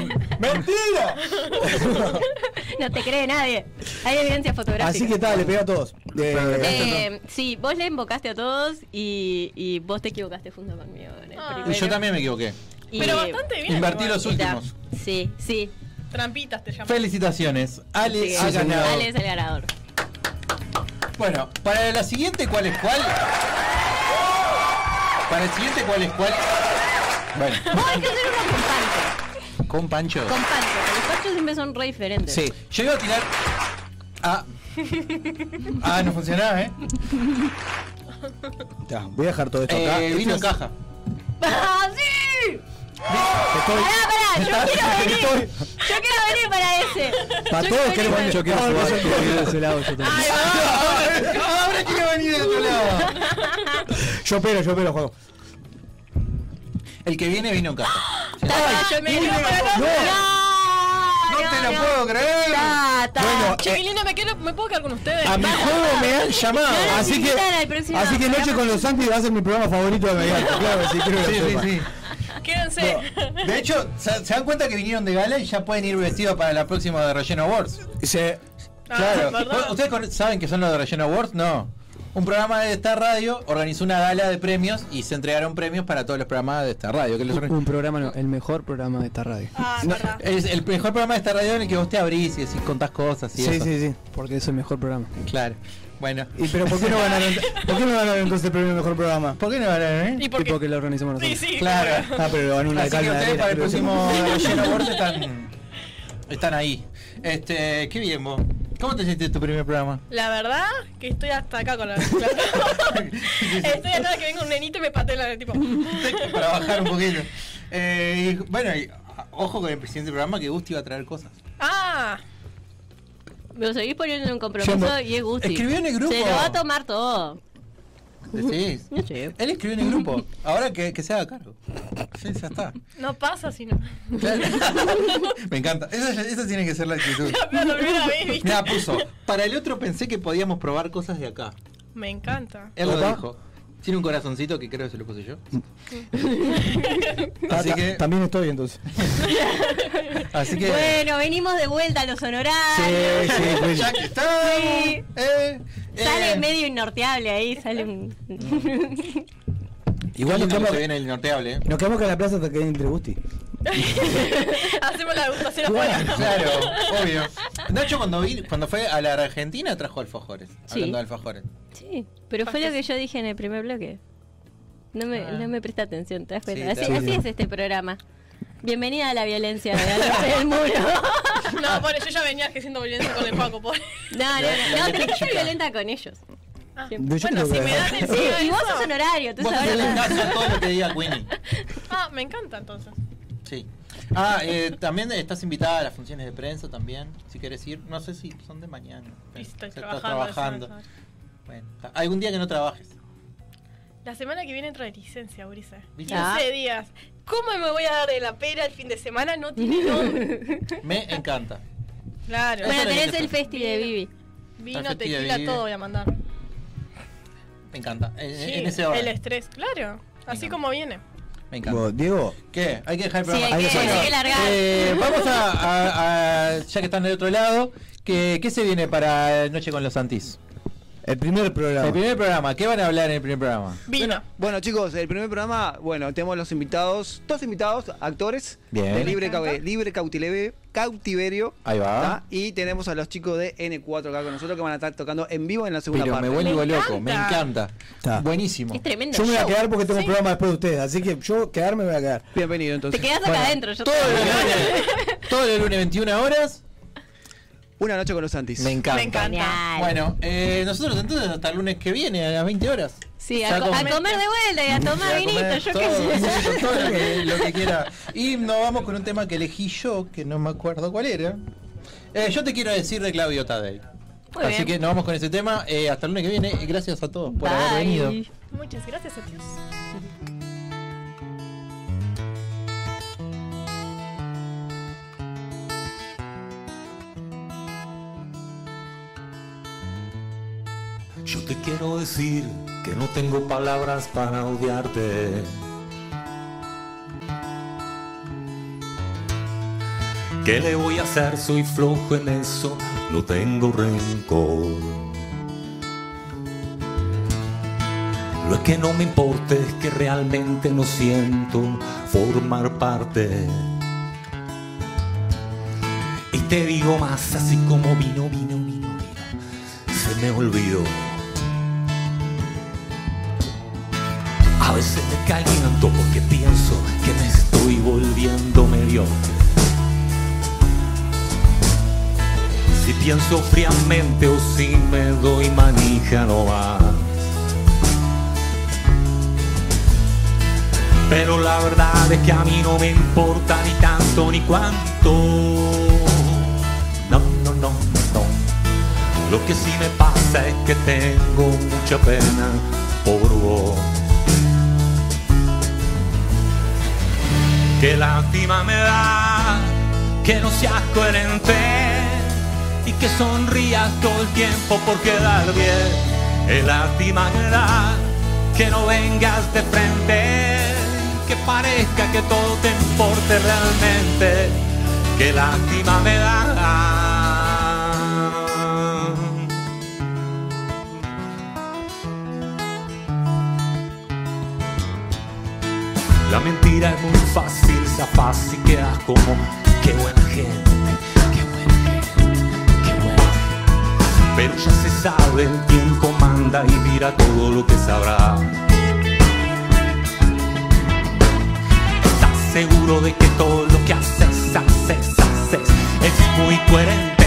mí.
¡Mentira!
No te cree nadie. Hay evidencia fotográfica.
Así que tal, le pegué a todos. Eh,
Eh, sí, vos le invocaste a todos y, y vos te equivocaste junto conmigo. en el
Y
primero.
yo también me equivoqué.
Y-
Pero bastante bien.
Invertí los
Y ta-
últimos.
Sí, sí.
Trampitas te llaman.
Felicitaciones. Ale
Sí,
ha
sí,
ganado.
Ale es el ganador.
Bueno, para la siguiente, ¿cuál es cuál? Para el siguiente, ¿cuál es cuál? Bueno,
Vos hay que hacer uno con Pancho.
con Pancho.
Con Pancho. porque Los Panchos siempre son re diferentes.
Sí, yo iba a tirar. Ah, ah no funcionaba, ¿eh?
ta, voy a dejar todo esto
Eh,
acá.
vino en
Esto es-
caja.
¡Ah, sí!
Estoy-
Pará, pará, yo quiero venir.
Estoy-
Yo quiero venero para ese.
Para todos queremos
Yo quiero
Ahora
jugar,
soy-
yo quiero de ese lado, yo también.
Ahora quiero venir de otro lado.
Yo pero, yo pero, juego.
El que viene, vino en caja.
Ta, yo me quiero para
no.
No te lo puedo creer.
Ta, ta.
Bueno,
Che,
eh,
qué lindo, me, quiero, me puedo quedar con ustedes.
A mi juego me han llamado.
Ahora sí
Así que,
invitan al próximo
así que Noche
programa.
con los Santi va a ser mi programa favorito de mediato. Claro, sí, creo que
Sí,
lo
sí,
sepa.
sí.
Quédense.
De hecho, se, se dan cuenta que vinieron de gala y ya pueden ir vestidos para la próxima de Relleno Awards.
Se-
Ah,
Claro.
¿verdad?
¿Ustedes con- saben que son los de Relleno Awards? No. Un programa de esta radio organizó una gala de premios y se entregaron premios para todos los programas de esta radio. Que los organizó.
Un programa, no, el mejor programa de esta radio.
Ah,
No,
verdad.
es el mejor programa de esta radio en el que vos te abrís y decís, contás cosas y
sí,
eso.
sí, sí.
Porque es el mejor programa.
Claro. Bueno.
Y, pero ¿por qué no ganaron, ¿por qué no ganaron entonces el premio mejor programa?
¿Por qué no ganaron, eh?
¿Y por
Tipo
qué?
que lo organizamos
Sí,
nosotros.
sí.
Claro.
Ah, pero lo ganó un
Así que
alcalde. de
ustedes
Arena,
para el
creo que
próximo
sí.
Relleno Awards están, están ahí. Este, qué bien vos. ¿Cómo te sentiste en tu primer programa?
La verdad que estoy hasta acá con la... estoy hasta acá que venga un nenito y me patee la... Tipo...
para bajar un poquito. Eh, y, bueno, y, a- ojo con el presidente del programa que Gusti iba a traer cosas.
Ah,
Lo seguís poniendo en un compromiso
Yo no-
y es gusto.
Escribió en el grupo.
Se lo va a tomar todo.
¿Decís?
Sí.
Él escribió en el grupo. Ahora que, que se haga cargo. Sí, ya está.
no pasa si no.
Claro. Me encanta. Esa, esa tiene que ser la actitud.
La primera vez, ¿viste?
Mira, puso. Para el otro pensé que podíamos probar cosas de acá.
Me encanta.
Él lo
Opa.
dijo. Tiene un corazoncito que creo que se lo puse yo.
Ta-
Así
ta-
que-
También estoy entonces.
Así que.
Bueno, venimos de vuelta a los honorarios.
ya que estamos.
Sí.
eh, eh.
Sale medio innorteable ahí, sale un...
Igual
Igual
no
nos quedamos,
se viene el norteable, eh.
nos quedamos con la plaza hasta que entre Gusti.
Hacemos la degustación afuera.
Claro, obvio. Nacho cuando vi- cuando fue a la Argentina trajo alfajores. Hablando de alfajores.
Sí, pero fue lo que yo dije en el primer bloque. No me, no me presta atención, te das
Ah. Sí,
cuenta. Así,
claro.
así es este programa. Bienvenida a la violencia de la noche del muro.
No, pobre, yo ya venía siendo violencia con el Paco, pobre.
No, no,
La- la
no. No, tenés que ser
chica.
violenta con ellos.
Yo
Ah, Bueno,
creo
si
que-
me dan el
Sí, y vos sos honorario,
Vos
entonces
te
ahora...
tenés caso a todo lo que diga Winnie.
Ah, me encanta entonces.
Sí. Ah, eh, también estás invitada a las funciones de prensa también, si quieres ir. No sé si son de mañana.
Y estoy
O sea,
trabajando. sí, sí,
Bueno, ta- algún día que no trabajes.
sí. La semana que viene entro de licencia, Brisa.
¿Viste?
15
Ah.
días. ¿Cómo me voy a dar de la pera el fin de semana? No tiene nombre.
Me encanta.
Claro.
Eso
Bueno,
no hay que
tenés el
hacer.
festi de Vivi.
Vino,
Perfecto, y
tequila,
ahí-
todo voy a mandar.
Me encanta. En,
Sí,
en ese
el
orden.
estrés, claro. Así
Venga.
como viene.
Me encanta.
Vos, Diego,
¿Qué? Hay que dejar el
Sí,
programa.
hay que-
Bueno,
hay que largar.
eh, vamos a, a- a- Ya que están del otro lado, ¿qué, qué se viene para Noche con los Santis?
el primer programa.
El primer programa, ¿qué van a hablar en el primer programa?
Vino.
Bueno, chicos, el primer programa, bueno, tenemos los invitados, dos invitados, actores
Bien.
de Libre,
Me encanta.
Cau- Libre Cautileve- Cautiverio.
Ahí
¿tá?
va.
Y tenemos a los chicos de N4 acá con nosotros que van a estar tocando en vivo en la segunda
Pero me
parte.
vuelvo
Me
loco, me encanta.
Está.
Buenísimo.
Es tremendo.
Yo me voy a
show.
quedar porque tengo un programa después de ustedes, así que yo quedarme me voy a quedar.
Bienvenido
Te
entonces.
quedás acá
Bueno,
adentro. Yo
Todo el lunes, todo el lunes 21 horas.
Una noche con los Santis.
Me encanta.
Me encanta.
Genial.
Bueno, eh, nosotros entonces hasta el lunes que viene a las 20 horas.
Sí,
Ya
a, co-
como-
a comer de vuelta y a tomar
Ya
vinito,
comer
yo qué
todo,
sé.
todo lo que, lo que quiera. Y nos vamos con un tema que elegí yo, que no me acuerdo cuál era. Eh, yo te quiero decir de Claudio Tadei.
Muy
Así
bien.
que nos vamos con ese tema. Eh, hasta el lunes que viene. Y Gracias a todos por haber
Bye.
venido.
Muchas gracias a Dios.
Yo te quiero decir que no tengo palabras para odiarte. ¿Qué le voy a hacer? Soy flojo en eso, no tengo rencor. Lo que no me importa es que realmente no siento formar parte. Y te digo más, así como vino, vino, vino, vino, se me olvidó. A veces me caliento porque pienso que me estoy volviendo mediocre. Si pienso fríamente o si me doy manija no va. Pero la verdad es que a mí no me importa ni tanto ni cuánto. No, no, no, no. Lo que sí me pasa es que tengo mucha pena por vos. Qué lástima me da que no seas coherente y que sonrías todo el tiempo por quedar bien. Es lástima me da que no vengas de frente, que parezca que todo te importe realmente. Qué lástima me da. La mentira es muy fácil, se fácil y quedas como qué buena gente. Pero ya se sabe quién comanda y mira todo lo que sabrá. Estás seguro de que todo lo que haces, haces, haces es muy coherente.